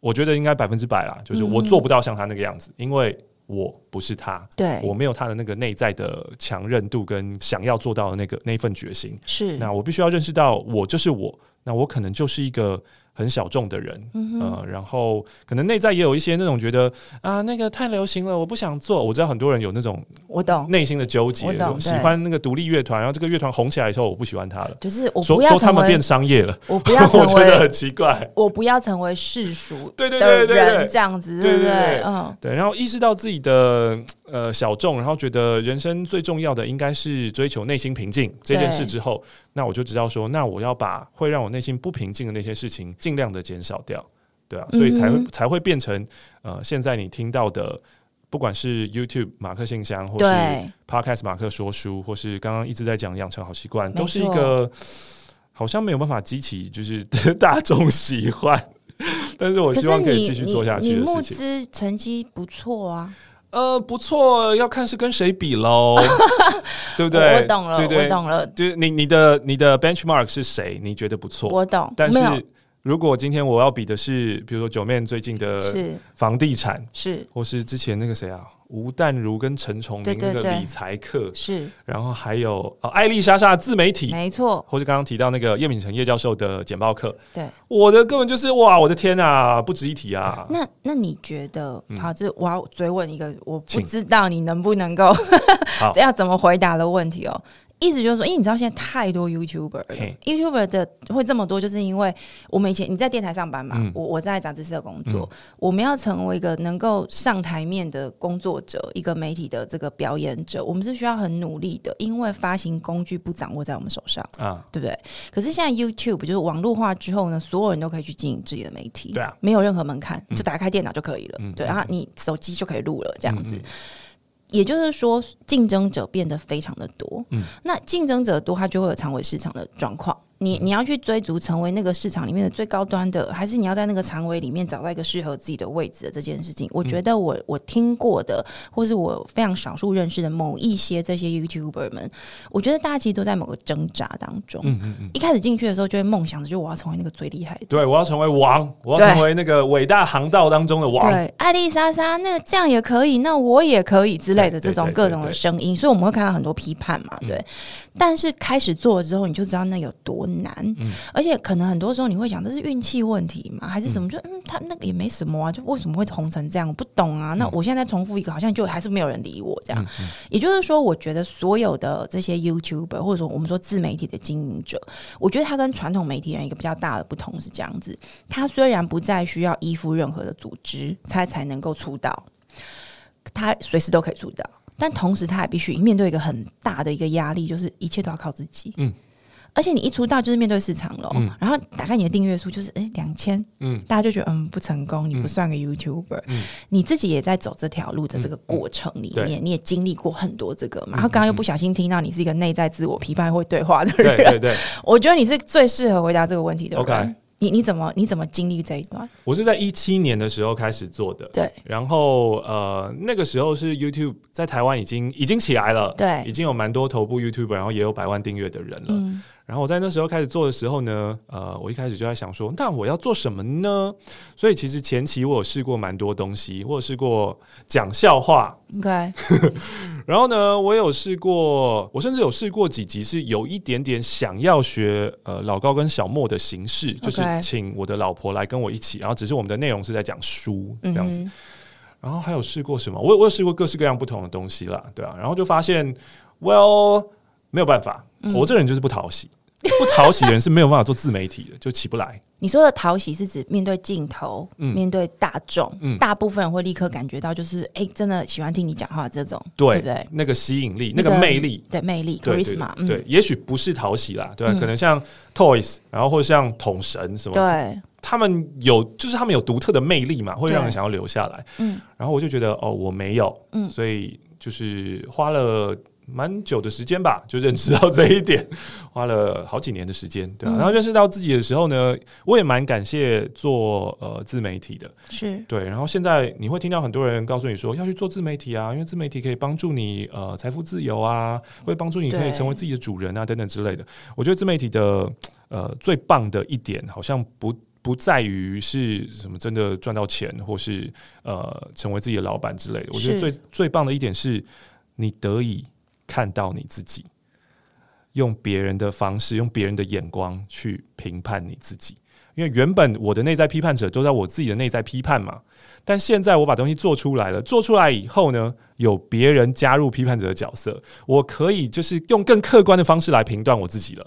我觉得应该百分之百啦，就是我嗯做不到像他那个样子，因为我不是他，我对，没有他的那个内在的强韧度跟想要做到的那个那一份决心。是那我必须要认识到，我就是我，那我可能就是一个很小众的人，嗯呃，然后可能内在也有一些那种觉得啊，那个太流行了，我不想做。我知道很多人有那种我懂，内心的纠哦我结，懂就喜对欢那个独立乐团，然后这个乐团红起来以后，我不喜欢它了，就是我说不说要他成们为变，商业了，我不要成 *laughs* 我觉得为，很奇怪。我不要成为世俗对对的对对对人，这样子，不对对对对？嗯，对，然后意识到自己的呃小众，然后觉得人生最重要的应该是追求内心平静这件事之后，那我就知道说，那我要把会让我内心不平静的那些事情尽量的减少掉，对啊，所以才会、嗯哼才会变成呃现在你听到的。不管是 YouTube 马克信箱，或是对， Podcast 马克说书，或是刚刚一直在讲养成好习惯，没错都是一个好像没有办法激起就是 *laughs* 大众喜欢，但是我可希是望可以你继续你做下你去的募事情。资成绩不错啊，呃，不错，要看是跟谁比 *laughs* 喽，对不对？我我懂了，对对我懂了，就是你你的你的 benchmark 是谁？你觉得不错，我懂。但没是有如果今天我要比的是，比如说九妹最近的是房地产，是或是之前那个谁啊，吴淡如跟陈崇对明对那个对理财课，是，然后还有呃艾丽莎莎的自媒体，没错，或是刚刚提到那个叶秉成叶教授的简报课，对。我的根本就是哇，我的天啊，不值一提啊！ *laughs* 那那你觉得，嗯好，这我要追问一个，我不请知道你能不能够好要怎么回答的问题哦。意思就是说，因为你知道现在太多 YouTuber 了嘿，YouTuber 的会这么多，就是因为我们以前你在电台上班嘛，嗯我我在杂志社工作，我们要成为一个能够上台面的工作者，一个媒体的这个表演者，我们是需要很努力的，因为发行工具不掌握在我们手上，啊，对不对？可是现在 YouTube 就是网络化之后呢，所有人都可以去经营自己的媒体，对啊没有任何门槛，嗯就打开电脑就可以了，嗯对，嗯然后你手机就可以录了，这样子。嗯嗯也就是说，竞争者变得非常的多。嗯那竞争者多，它就会有长尾市场的状况。你嗯你要去追逐成为那个市场里面的最高端的，还是你要在那个长尾里面找到一个适合自己的位置的这件嗯事情？我觉得我我听过的，或是我非常少数认识的某一些这些 YouTuber 们，我觉得大家其实都在某个挣扎当中。嗯嗯嗯，一开始进去的时候，就会梦想着，就我要成为那个最厉害的。对，我要成为王，我要对成为那个伟大航道当中的王。对，艾丽莎莎，那这样也可以，那我也可以之类的对这对种对各种对的对声音，所以我们会看到很多批判嘛，嗯对。但是开始做了之后，你就知道那有多难，嗯而且可能很多时候你会想，这是运气问题嘛，还是什么？就嗯，他那个也没什么啊，就为什么会红成这样？嗯我不懂啊。那我现在再重复一个，好像就还是没有人理我这嗯样。也就是说，我觉得所有的这些 YouTuber 或者说我们说自媒体的经营者，我觉得他跟传统媒体人一个比较大的不同是这样子，他虽然不再需要依附任何的组织，他才能够出道，他随时都可以出道，但同时他也必须面对一个很大的一个压力，就是一切都要靠自己。嗯。而且你一出道就是面对市场了，嗯然后打开你的订阅数就是哎两千，嗯大家就觉得嗯不成功，你不算个 YouTuber，、嗯你自己也在走这条路的这个过程里面，你也经历过很多这个嗯嘛。然后刚刚又不小心听到你是一个内在自我批判会 *laughs* 对啊话的对人，对对，我觉得你是最适合回答这个问题的人。 OK 你你怎么你怎么经历这一段？我是在一七年的时候开始做的。对然后呃，那个时候是 YouTube 在台湾已经已经起来了，对已经有蛮多头部 YouTube，然后也有百万订阅的人了。嗯然后我在那时候开始做的时候呢，呃，我一开始就在想说，那我要做什么呢？所以其实前期我有试过蛮多东西，我有试过讲笑话， ，OK，然后呢，我有试过，我甚至有试过几集是有一点点想要学呃老高跟小莫的形式，就是请我的老婆来跟我一起，然后只是我们的内容是在讲书这嗯样子。哼，然后还有试过什么？我我有试过各式各样不同的东西啦，对啊。然后就发现，well，没有办法，嗯我这个人就是不讨喜，不讨喜的人是没有办法做自媒体的，就起不来。你说的讨喜是指面对镜头，嗯面对大众，嗯大部分人会立刻感觉到就是哎、真的喜欢听你讲话这种，对，对不对？那个吸引力，那那个魅力。对魅力对 charisma，对，对嗯，也许不是讨喜啦，对啊，可能像 Toys，然后或者像桶神什么，对，他们有就是他们有独特的魅力嘛，会让人想要留下来。嗯，然后我就觉得哦，我没有，嗯所以就是花了蛮久的时间吧，就认识到这一点， *laughs* 花了好几年的时间，对啊。嗯然后认识到自己的时候呢，我也蛮感谢做呃自媒体的，是对。然后现在你会听到很多人告诉你说要去做自媒体啊，因为自媒体可以帮助你呃财富自由啊，会帮助你可以对成为自己的主人啊等等之类的。我觉得自媒体的呃最棒的一点好像不。不在于是什么真的赚到钱，或是呃成为自己的老板之类的。我觉得是最最棒的一点是，你得以看到你自己，用别人的方式，用别人的眼光去评判你自己。因为原本我的内在批判者都在我自己的内在批判嘛，但现在我把东西做出来了，做出来以后呢，有别人加入批判者的角色，我可以就是用更客观的方式来评断我自己了。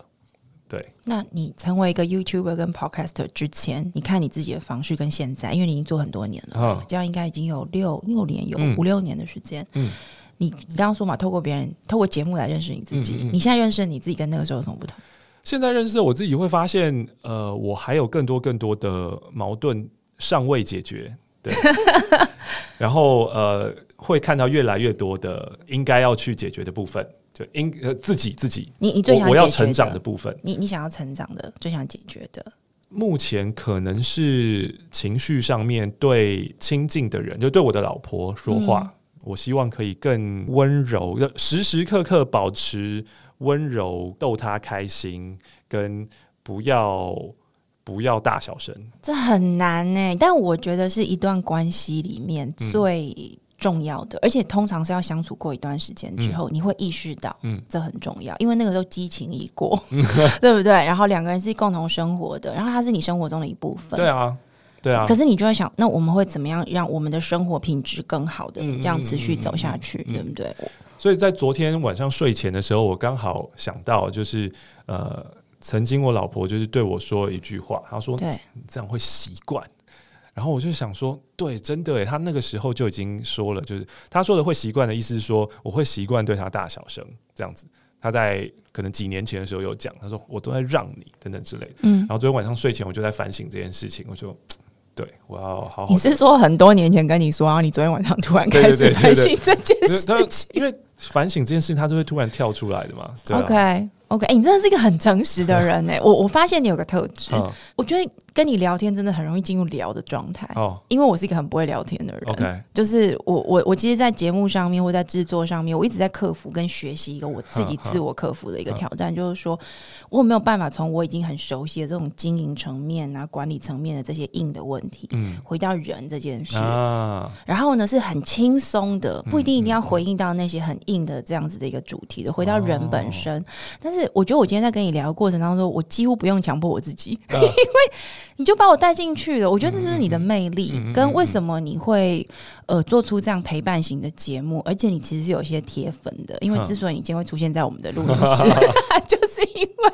对，那你成为一个 YouTuber 跟 Podcaster 之前，你看你自己的方式跟现在，因为你已经做很多年了，嗯这样应该已经有六六年，有嗯五六年的时间。嗯你你刚刚说嘛，透过别人，透过节目来认识你自己。嗯嗯嗯你现在认识你自己跟那个时候有什么不同？现在认识我自己，会发现，呃，我还有更多更多的矛盾尚未解决， *laughs* 对，然后呃，会看到越来越多的应该要去解决的部分，就应呃自己自己，你你最想我我要解决成长的，部分，你你想要成长的，最想解决的，目前可能嗯是情绪上面对亲近的人，就对我的老婆说话，我希望可以更温柔，时时刻刻保持温柔，逗他开心，跟不要不要大小声。这很难呢、但我觉得是一段关系里面嗯最重要的，而且通常是要相处过一段时间之后，你会意识到，嗯嗯，这很重要，因为那个时候激情已过，对不对？然后两个人是共同生活的，然后他是你生活中的一部分，对啊，对啊。可是你就会想，那我们会怎么样让我们的生活品质更好的嗯这样持续走下去，嗯嗯嗯对不对？所以在昨天晚上睡前的时候，我刚好想到，就是呃，曾经我老婆就是对我说一句话，她说：“对你这样会习惯。”然后我就想说，对，真的诶，她那个时候就已经说了，就是她说的会习惯的意思是说，我会习惯对她大小声这样子。她在可能几年前的时候有讲，她说我都在让你等等之类的。嗯然，后昨天晚上睡前我就在反省这件事情，我就对我要好好你地。是说很多年前跟你说，然后你昨天晚上突然对开对对始对反对省这件事对对情？因为反省这件事情，它就会突然跳出来的嘛。对啊啊 OK OK，、你真哎的是一个很诚实的人呢、欸我我发现你有个特质，嗯，我觉得跟你聊天真的很容易进入聊的状态。哦因为我是一个很不会聊天的人，OK，就是我我我其实，在节目上面或在制作上面，我一直在克服跟学习一个我自己哼哼自我克服的一个挑战，就是说我有没有办法从我已经很熟悉的这种经营层面啊、管理层面的这些硬的问题，嗯回到人这件事。啊，然后呢，是很轻松的，不一定一定要回应到那些很硬的这样子的一个主题的，回到人本身。但是我觉得我今天在跟你聊的过程当中，我几乎不用强迫我自己，因为你就把我带进去了。我觉得这就是你的魅力，嗯嗯嗯跟为什么你会呃做出这样陪伴型的节目，而且你其实是有一些铁粉的，因为嗯之所以你今天会出现在我们的录音 *laughs* 室， *laughs* 就是因为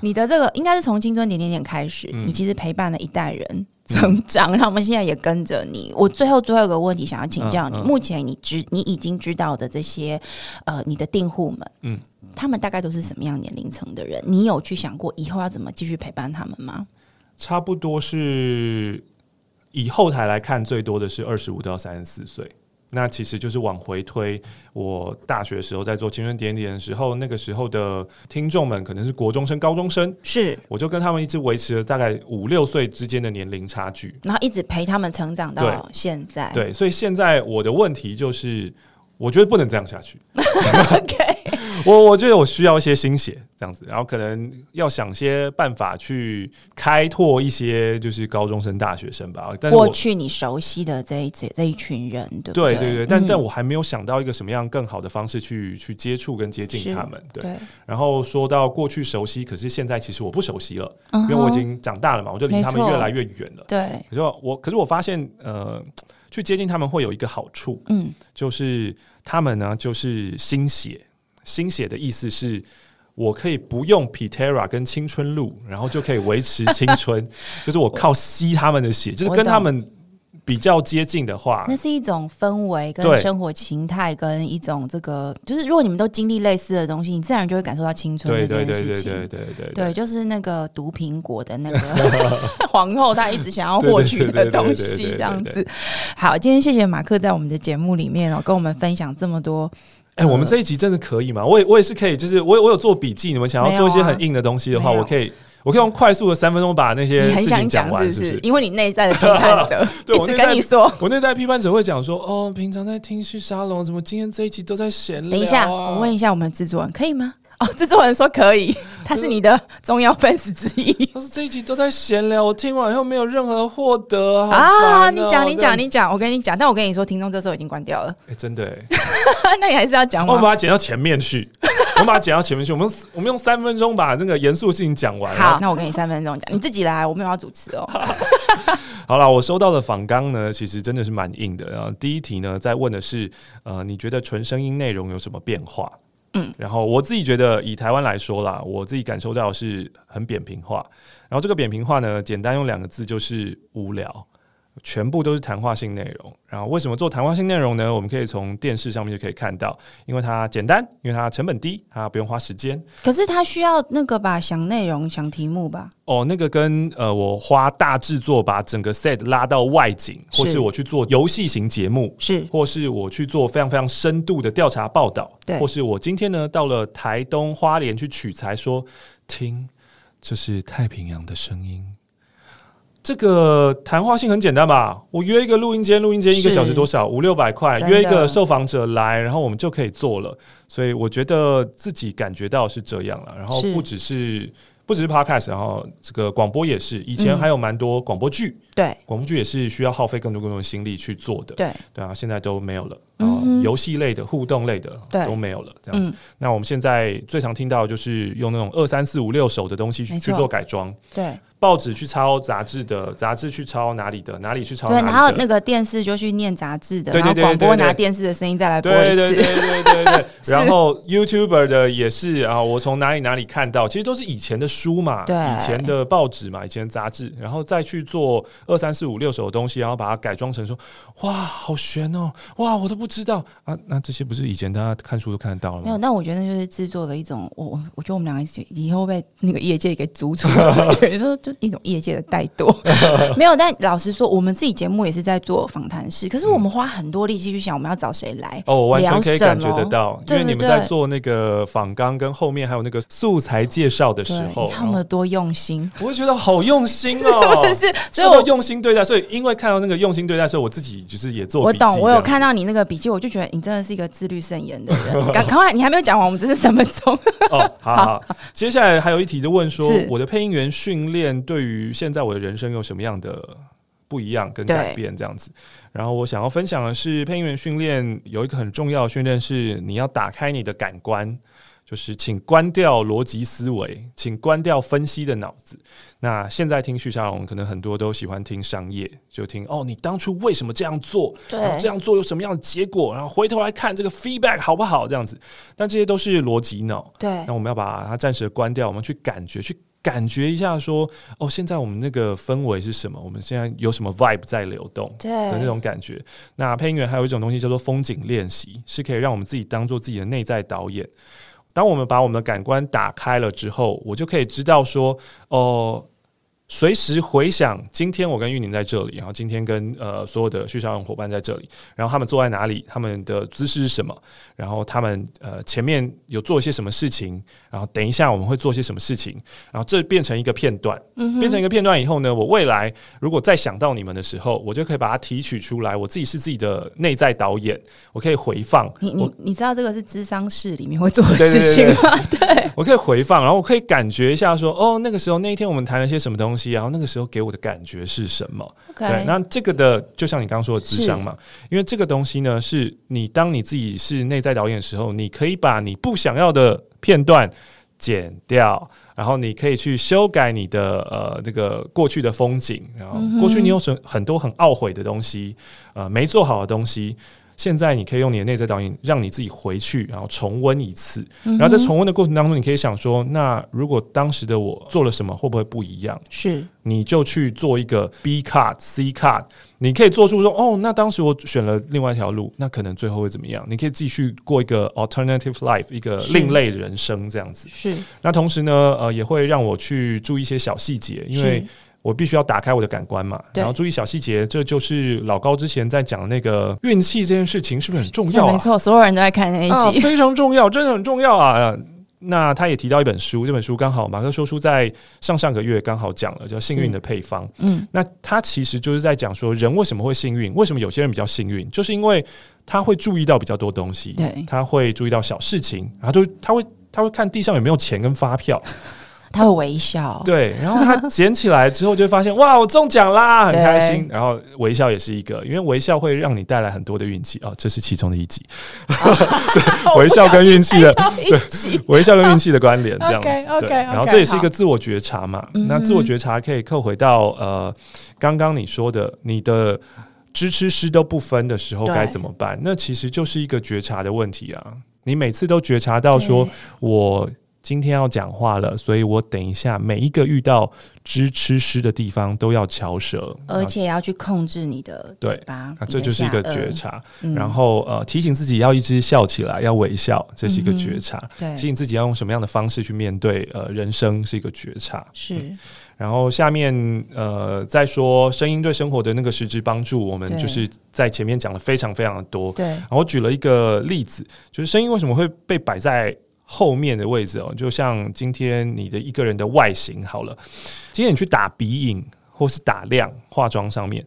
你的这个应该是从青春点点点开始，嗯你其实陪伴了一代人成长，然后我们现在也跟着你。我最后最后一个问题想要请教你，嗯嗯目前你知你已经知道的这些呃你的订户们，嗯嗯，他们大概都是什么样年龄层的人？你有去想过以后要怎么继续陪伴他们吗？差不多是以后台来看，最多的是二十五到三十四岁。那其实就是往回推，我大学时候在做青春点点的时候，那个时候的听众们可能是国中生、高中生，是，我就跟他们一直维持了大概五六岁之间的年龄差距。然后一直陪他们成长到现在。对，所以现在我的问题就是，我觉得不能这样下去。 *laughs* ，OK，我我觉得我需要一些新血这样子，然后可能要想些办法去开拓一些就是高中生、大学生吧。但是我过去你熟悉的这一这这一群人，对不对对对对，但但嗯我还没有想到一个什么样更好的方式去去接触跟接近是他们。对，对，然后说到过去熟悉，可是现在其实我不熟悉了，因因为我已经长大了嘛，我就离没他们错越来越远了。嗯对，可是我可是我发现，呃，去接近他们会有一个好处，嗯，就是他们呢，就是新血。新血的意思是我可以不用 Pitera 跟青春露，然后就可以维持青春， *laughs* 就是我靠吸他们的血，就是我跟他懂们比较接近的话那，是一种氛围、啊对跟生活形态、跟一种这个，就是如果你们都经历类似的东西，你自然就会感受到青春对这对件对事对情。对对对对，就是那个毒苹果的 *laughs* 那个皇后，她一直想要获取对对对对的东对对西对，这样对子。好，今天谢谢马克在我们的节目里面哦，跟我们分享这么多。哎、我们这一集真的可以吗？我也我也是可以，就是我我有做笔记，你们想要没有做一些啊很硬的东西的话，没有我可以我可以用快速的三分钟把那些你很事情想讲完，是是不不是是？？因为你内在的批判 *laughs* 者对我一直内在跟你说，我那在批判者会讲说，哦，平常在听旭沙龙，怎么今天这一集都在闲聊、啊？等一下，我问一下我们制作人可以吗？哦，制作人说可 *laughs* 以，他是你的重要粉丝之 *laughs* 一。他说这一集都在闲聊，我听完以后没有任何获得好啊，烦你哦讲，你讲，这样你讲，我跟你讲，但我跟你说，听众这时候已经关掉了， *laughs* 哎、真的、欸，那你还是要讲我们吗？把它剪到前面去，我们把它剪到前面去，我们我们用三分钟把这个严肃的事情讲完。然后好，那我给你三分钟讲，你自己来，我没有要主持哦。好了，我收到的访纲呢，其实真的是蛮硬的。然后第一题呢，在问的是，呃，你觉得纯声音内容有什么变化？嗯，然后我自己觉得，以台湾来说啦，我自己感受到是很扁平化。然后这个扁平化呢，简单用两个字就是无聊，全部都是谈话性内容。然后为什么做谈话性内容呢？我们可以从电视上面就可以看到，因为它简单，因为它成本低，它不用花时间。 *laughs* 可是他需要那个吧，想内容，想题目吧。哦，那个跟呃，我花大制作把整个 set 拉到外景，或是是我去做游戏型节目，是或是我去做非常非常深度的调查报道，对或是我今天呢到了台东花莲去取材说，听这是太平洋的声音，这个谈话性很简单吧？我约一个录音间，录音间一个小时多少？五六百块，真的约一个受访者来，然后我们就可以做了。所以我觉得自己感觉到是这样了。然后是不只是不只是 podcast，然后这个广播也是，以前嗯还有蛮多广播剧，对广播剧也是需要耗费更多更多的心力去做的。对，对啊，现在都没有了。嗯啊哼，游戏类的、互动类的对都没有了，这样子。嗯，那我们现在最常听到的就是用那种二三四五六手的东西去没去错做改装，对报纸去抄杂志的，杂志去抄哪里的，哪里去抄哪对，里的。然后那个电视就去念杂志的，对然后对对广播对对拿电视的声音再来播一对对对次，对 *laughs* 对对，然后 YouTuber 的也是啊，我从哪里哪里看到，其实都是以前的书嘛，对以前的报纸嘛，以前的杂志，然后再去做二三四五六手的东西，然后把它改装成说，哇，好悬哦，哇，我都不知道啊，那这些不是以前大家看书都看得到了没有，吗？那我觉得那就是制作的一种，我我我觉得我们两个就以后被那个业界给逐出，觉得 *laughs* 就一种业界的怠 *laughs* 惰。没有，但老实说，我们自己节目也是在做访谈式，可是我们花很多力气去想我们要找谁来。嗯哦，我完全聊可以什感觉得么到，因对为你们对在对做那个访纲跟后面还有那个素材介绍的时对，候哦你，看我们有多用心，我会觉得好用心哦， *laughs* 但 *laughs* 是所以受到我用心对待，所以因为看到那个用心对待，所以我自己就是也做我笔记懂，我有这样看到你那个笔记，我就觉得你真的是一个自律慎言的 *laughs* 人。赶赶快，你还没有讲完，我们这是三分钟。哦，好好。 *laughs* 接下来还有一题就问说是，我的配音员训练对于现在我的人生有什么样的不一样跟对改变这样子？然后我想要分享的是，配音员训练有一个很重要的训练是，你要打开你的感官。就是请关掉逻辑思维，请关掉分析的脑子。那现在听徐小龙，可能很多都喜欢听商业，就听哦，你当初为什么这样做？ *laughs* 对然后这样做有什么样的结果？然后回头来看这个 feedback 好不好？这样子，但这些都是逻辑脑。对那我们要把它暂时地关掉，我们去感觉，去感觉一下说，哦，现在我们那个氛围是什么？我们现在有什么 vibe 在流动对的那种感觉？那配音员还有一种东西叫做风景练习，是可以让我们自己当做自己的内在导演。当我们把我们的感官打开了之后，我就可以知道说，哦、随时回想今天我跟玉宁在这里，然后今天跟呃所有的旭少勇伙伴在这里，然后他们坐在哪里，他们的姿势是什么，然后他们呃前面有做一些什么事情，然后等一下我们会做些什么事情，然后这变成一个片段，嗯变成一个片段以后呢，我未来如果再想到你们的时候，我就可以把它提取出来，我自己是自己的内在导演，我可以回放，你我你你知道这个是智商室里面会做的对对事情对吗？ *laughs* 对我可以回放，然后我可以感觉一下说，哦，那个时候那一天我们谈了些什么东西，然后那个时候给我的感觉是什么。对， ，OK，那这个的就像你刚刚说的智商嘛，因为这个东西呢，是你当你自己是内在导演的时候，你可以把你不想要的片段剪掉，然后你可以去修改你的呃这个过去的风景，然后过去你有什很多很懊悔的东西，呃没做好的东西。现在你可以用你的内在导演，让你自己回去，然后重温一次。嗯然后在重温的过程当中，你可以想说，那如果当时的我做了什么，会不会不一样？是你就去做一个 B cut、C cut，你可以做出说，哦，那当时我选了另外一条路，那可能最后会怎么样？你可以继续过一个 alternative life，一个是另类人生这样子。是，那同时呢，呃，也会让我去注意一些小细节，因为是我必须要打开我的感官嘛，对然后注意小细节。这就是老高之前在讲的那个运气这件事情，是不是很重要啊？没错，所有人都在看那啊，一集。非常重要，真的很重要啊。呃那他也提到一本书，这本书刚好马克说书在上上个月刚好讲了，叫《幸运的配方》。嗯，那他其实就是在讲说，人为什么会幸运？为什么有些人比较幸运？就是因为他会注意到比较多东西， *laughs* 对他会注意到小事情，然后就他会他会看地上有没有钱跟发票，他会微笑，对，然后他捡起来之后就会发现，哇，我中奖啦，很对开心。然后微笑也是一个，因为微笑会让你带来很多的运气啊、哦，这是其中的一集，哦对，微笑跟运气哎的。对，一起微笑跟运气的关联，这样子。 *laughs* OK，OK，OK，对，然后这也是一好个自我觉察嘛。嗯哼那自我觉察可以扣回到呃，刚刚你说的，你的知吃湿都不分的时候对该怎么办？那其实就是一个觉察的问题啊。你每次都觉察到说对，我今天要讲话了，所以我等一下每一个遇到知吃湿的地方都要翘舌，而且要去控制你的对嘴巴，啊，你这的就是一个下颚觉。察。嗯然后呃，提醒自己要一直笑起来，要微笑，这是一个嗯哼觉察。对提醒自己要用什么样的方式去面对呃人生是一个觉察。是然后下面呃再说声音对生活的那个实质帮助，我们对就是在前面讲了非常非常的多。对然后我举了一个例子，就是声音为什么会被摆在后面的位置哦？就像今天你的一个人的外形好了，今天你去打鼻影。或是打亮化妆上面，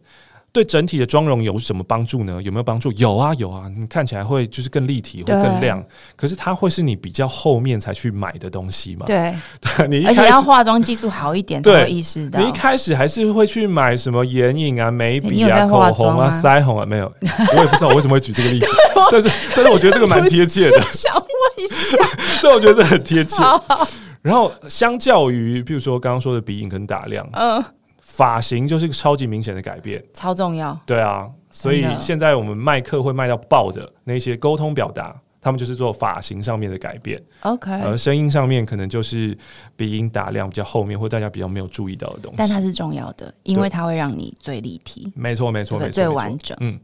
对整体的妆容有什么帮助呢？有没有帮助？有啊，有啊，你看起来会就是更立体或对更亮，可是它会是你比较后面才去买的东西嘛？对， *laughs* 你一而且开始要化妆技术好一点才对会意识到你。一开始还是会去买什么眼影啊、眉你笔有啊、在化口红啊、妆吗腮红啊？没 *laughs* 有，我也不知道我为什么会举这个例子，但是但是我觉得这个蛮贴切的，想问一下，对，我觉得这很贴切。好好然后相较于，譬如说刚刚说的鼻影跟打亮，嗯，发型就是一个超级明显的改变。超重要。对啊，所以真的现在我们卖课会卖到爆的那些沟通表达，他们就是做发型上面的改变， OK，而声音上面可能就是鼻音打亮比较后面，或大家比较没有注意到的东西。但它是重要的，因为它会让你最立体，没错，没对错，不没对？错，最没错完整。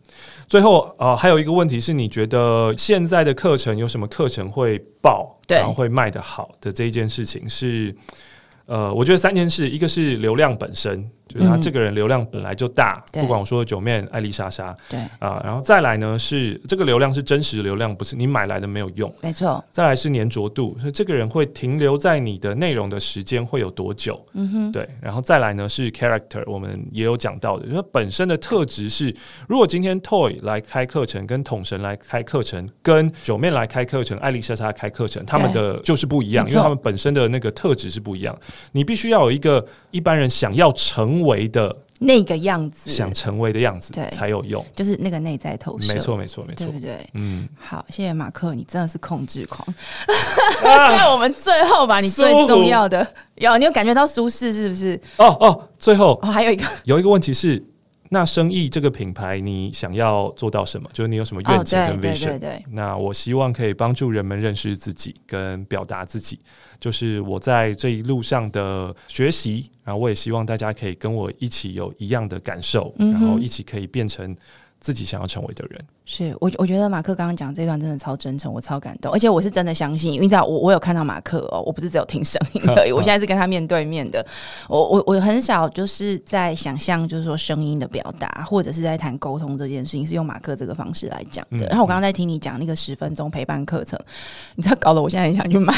最后呃，还有一个问题是，你觉得现在的课程有什么课程会爆，对然后会卖得好的这一件事情是？呃，我觉得三件事，一个是流量本身，就是他嗯这个人流量本来就大，对不管我说的九妹、艾丽莎莎对，啊、然后再来呢是这个流量是真实流量，不是你买来的没有用。没错，再来是粘着度，所以这个人会停留在你的内容的时间会有多久？嗯哼，对。然后再来呢是 character，我们也有讲到的，就是本身的特质是，如果今天 Toy 来开课程，跟统神来开课程，跟九妹来开课程，艾丽莎莎开课程，他们的就是不一样，没错因为他们本身的那个特质是不一样。你必须要有一个一般人想要成为的、那个样子想成为的样子对，才有用。就是那个内在投射，没错，没错，没错对。不对？嗯，好，谢谢马克，你真的是控制狂。 *laughs* 啊在我们最后吧，你最舒服重要的，有你有感觉到舒适是不是？哦哦，最后哦，还有一个有一个问题是，那生意这个品牌你想要做到什么？就是你有什么哦，愿景对跟对 vision？、对对，那我希望可以帮助人们认识自己跟表达自己，就是我在这一路上的学习，然后我也希望大家可以跟我一起有一样的感受，嗯哼然后一起可以变成自己想要成为的人。是我我觉得马克刚刚讲这段真的超真诚，我超感动，而且我是真的相信，因为你知道我我有看到马克哦，我不是只有听声音 *laughs* 而已，我现在是跟他面对面的，我我我很少就是在想象就是说声音的表达，或者是在谈沟通这件事情，是用马克这个方式来讲的。嗯然后我刚刚在听你讲那个十分钟陪伴课程，你知道搞得我现在很想去买，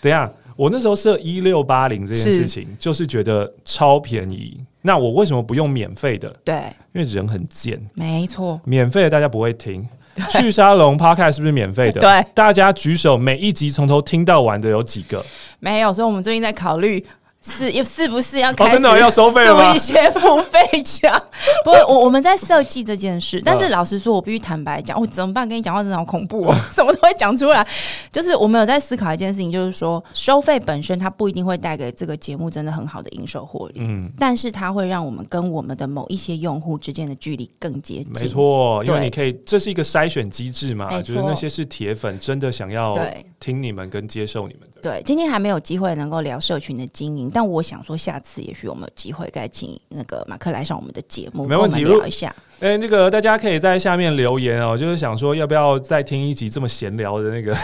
等一下，我那时候设一六八零这件是事情，就是觉得超便宜。那我为什么不用免费的？ *laughs* 对，因为人很贱。没错，免费的大家不会听。去沙龙 Podcast 是不是免费的？对大家举手，每一集从头听到完的有几个？没有，所以我们最近在考虑。是，又是不是要开始、哦真的要收费了吗一些付费 *laughs* 奖？不过我我们在设计这件事，但是嗯老实说，我必须坦白讲，我怎么办？跟你讲话真的好恐怖 *laughs* 哦，什么都会讲出来。就是我们有在思考一件事情，就是说收费本身它不一定会带给这个节目真的很好的营收获利，嗯，但是它会让我们跟我们的某一些用户之间的距离更接近。没，错，因为对你可以，这是一个筛选机制嘛没，错就是那些是铁粉，真的想要对听你们跟接受你们的。对，今天还没有机会能够聊社群的经营，但我想说，下次也许我们有机会该请那个马克来上我们的节目，没跟我问题们如聊一下。哎、那个大家可以在下面留言哦，就是想说要不要再听一集这么闲聊的那个，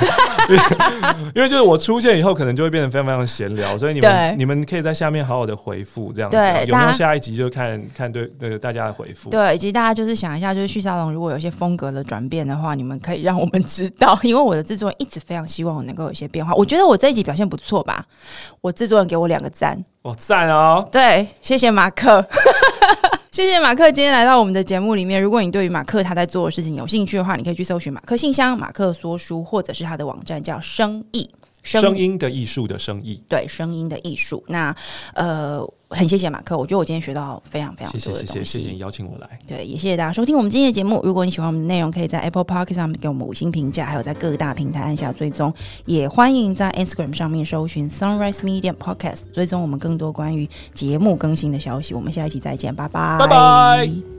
*laughs* 因为就是我出现以后，可能就会变得非常非常闲聊，所以你对们你们可以在下面好好的回复这样子啊，对有没大家有下一集就看看对那个大家的回复。对，以及大家就是想一下，就是旭沙龙如果有一些风格的转变的话，你们可以让我们知道， *laughs* 因为我的制作人一直非常希望我能够有一些变化。我觉得我这一集表现不错吧，我制作人给我两个赞，哇，赞哦！对，谢谢马克。 *laughs* 谢谢马克今天来到我们的节目里面。如果你对于马克他在做的事情有兴趣的话，你可以去搜寻马克信箱、马克说书，或者是他的网站叫生意声音的艺术的声意，对声音的艺术。那呃，很谢谢马克，我觉得我今天学到非常非常谢谢多的谢东西。谢谢谢你邀请我来，对，也谢谢大家收听我们今天的节目。如果你喜欢我们的内容，可以在 Apple p o c k e t 上面给我们五星评价，还有在各大平台按下追踪。也欢迎在 Instagram 上面搜寻 Sunrise Media Podcast，追踪我们更多关于节目更新的消息。我们下一期再见，拜拜，拜拜。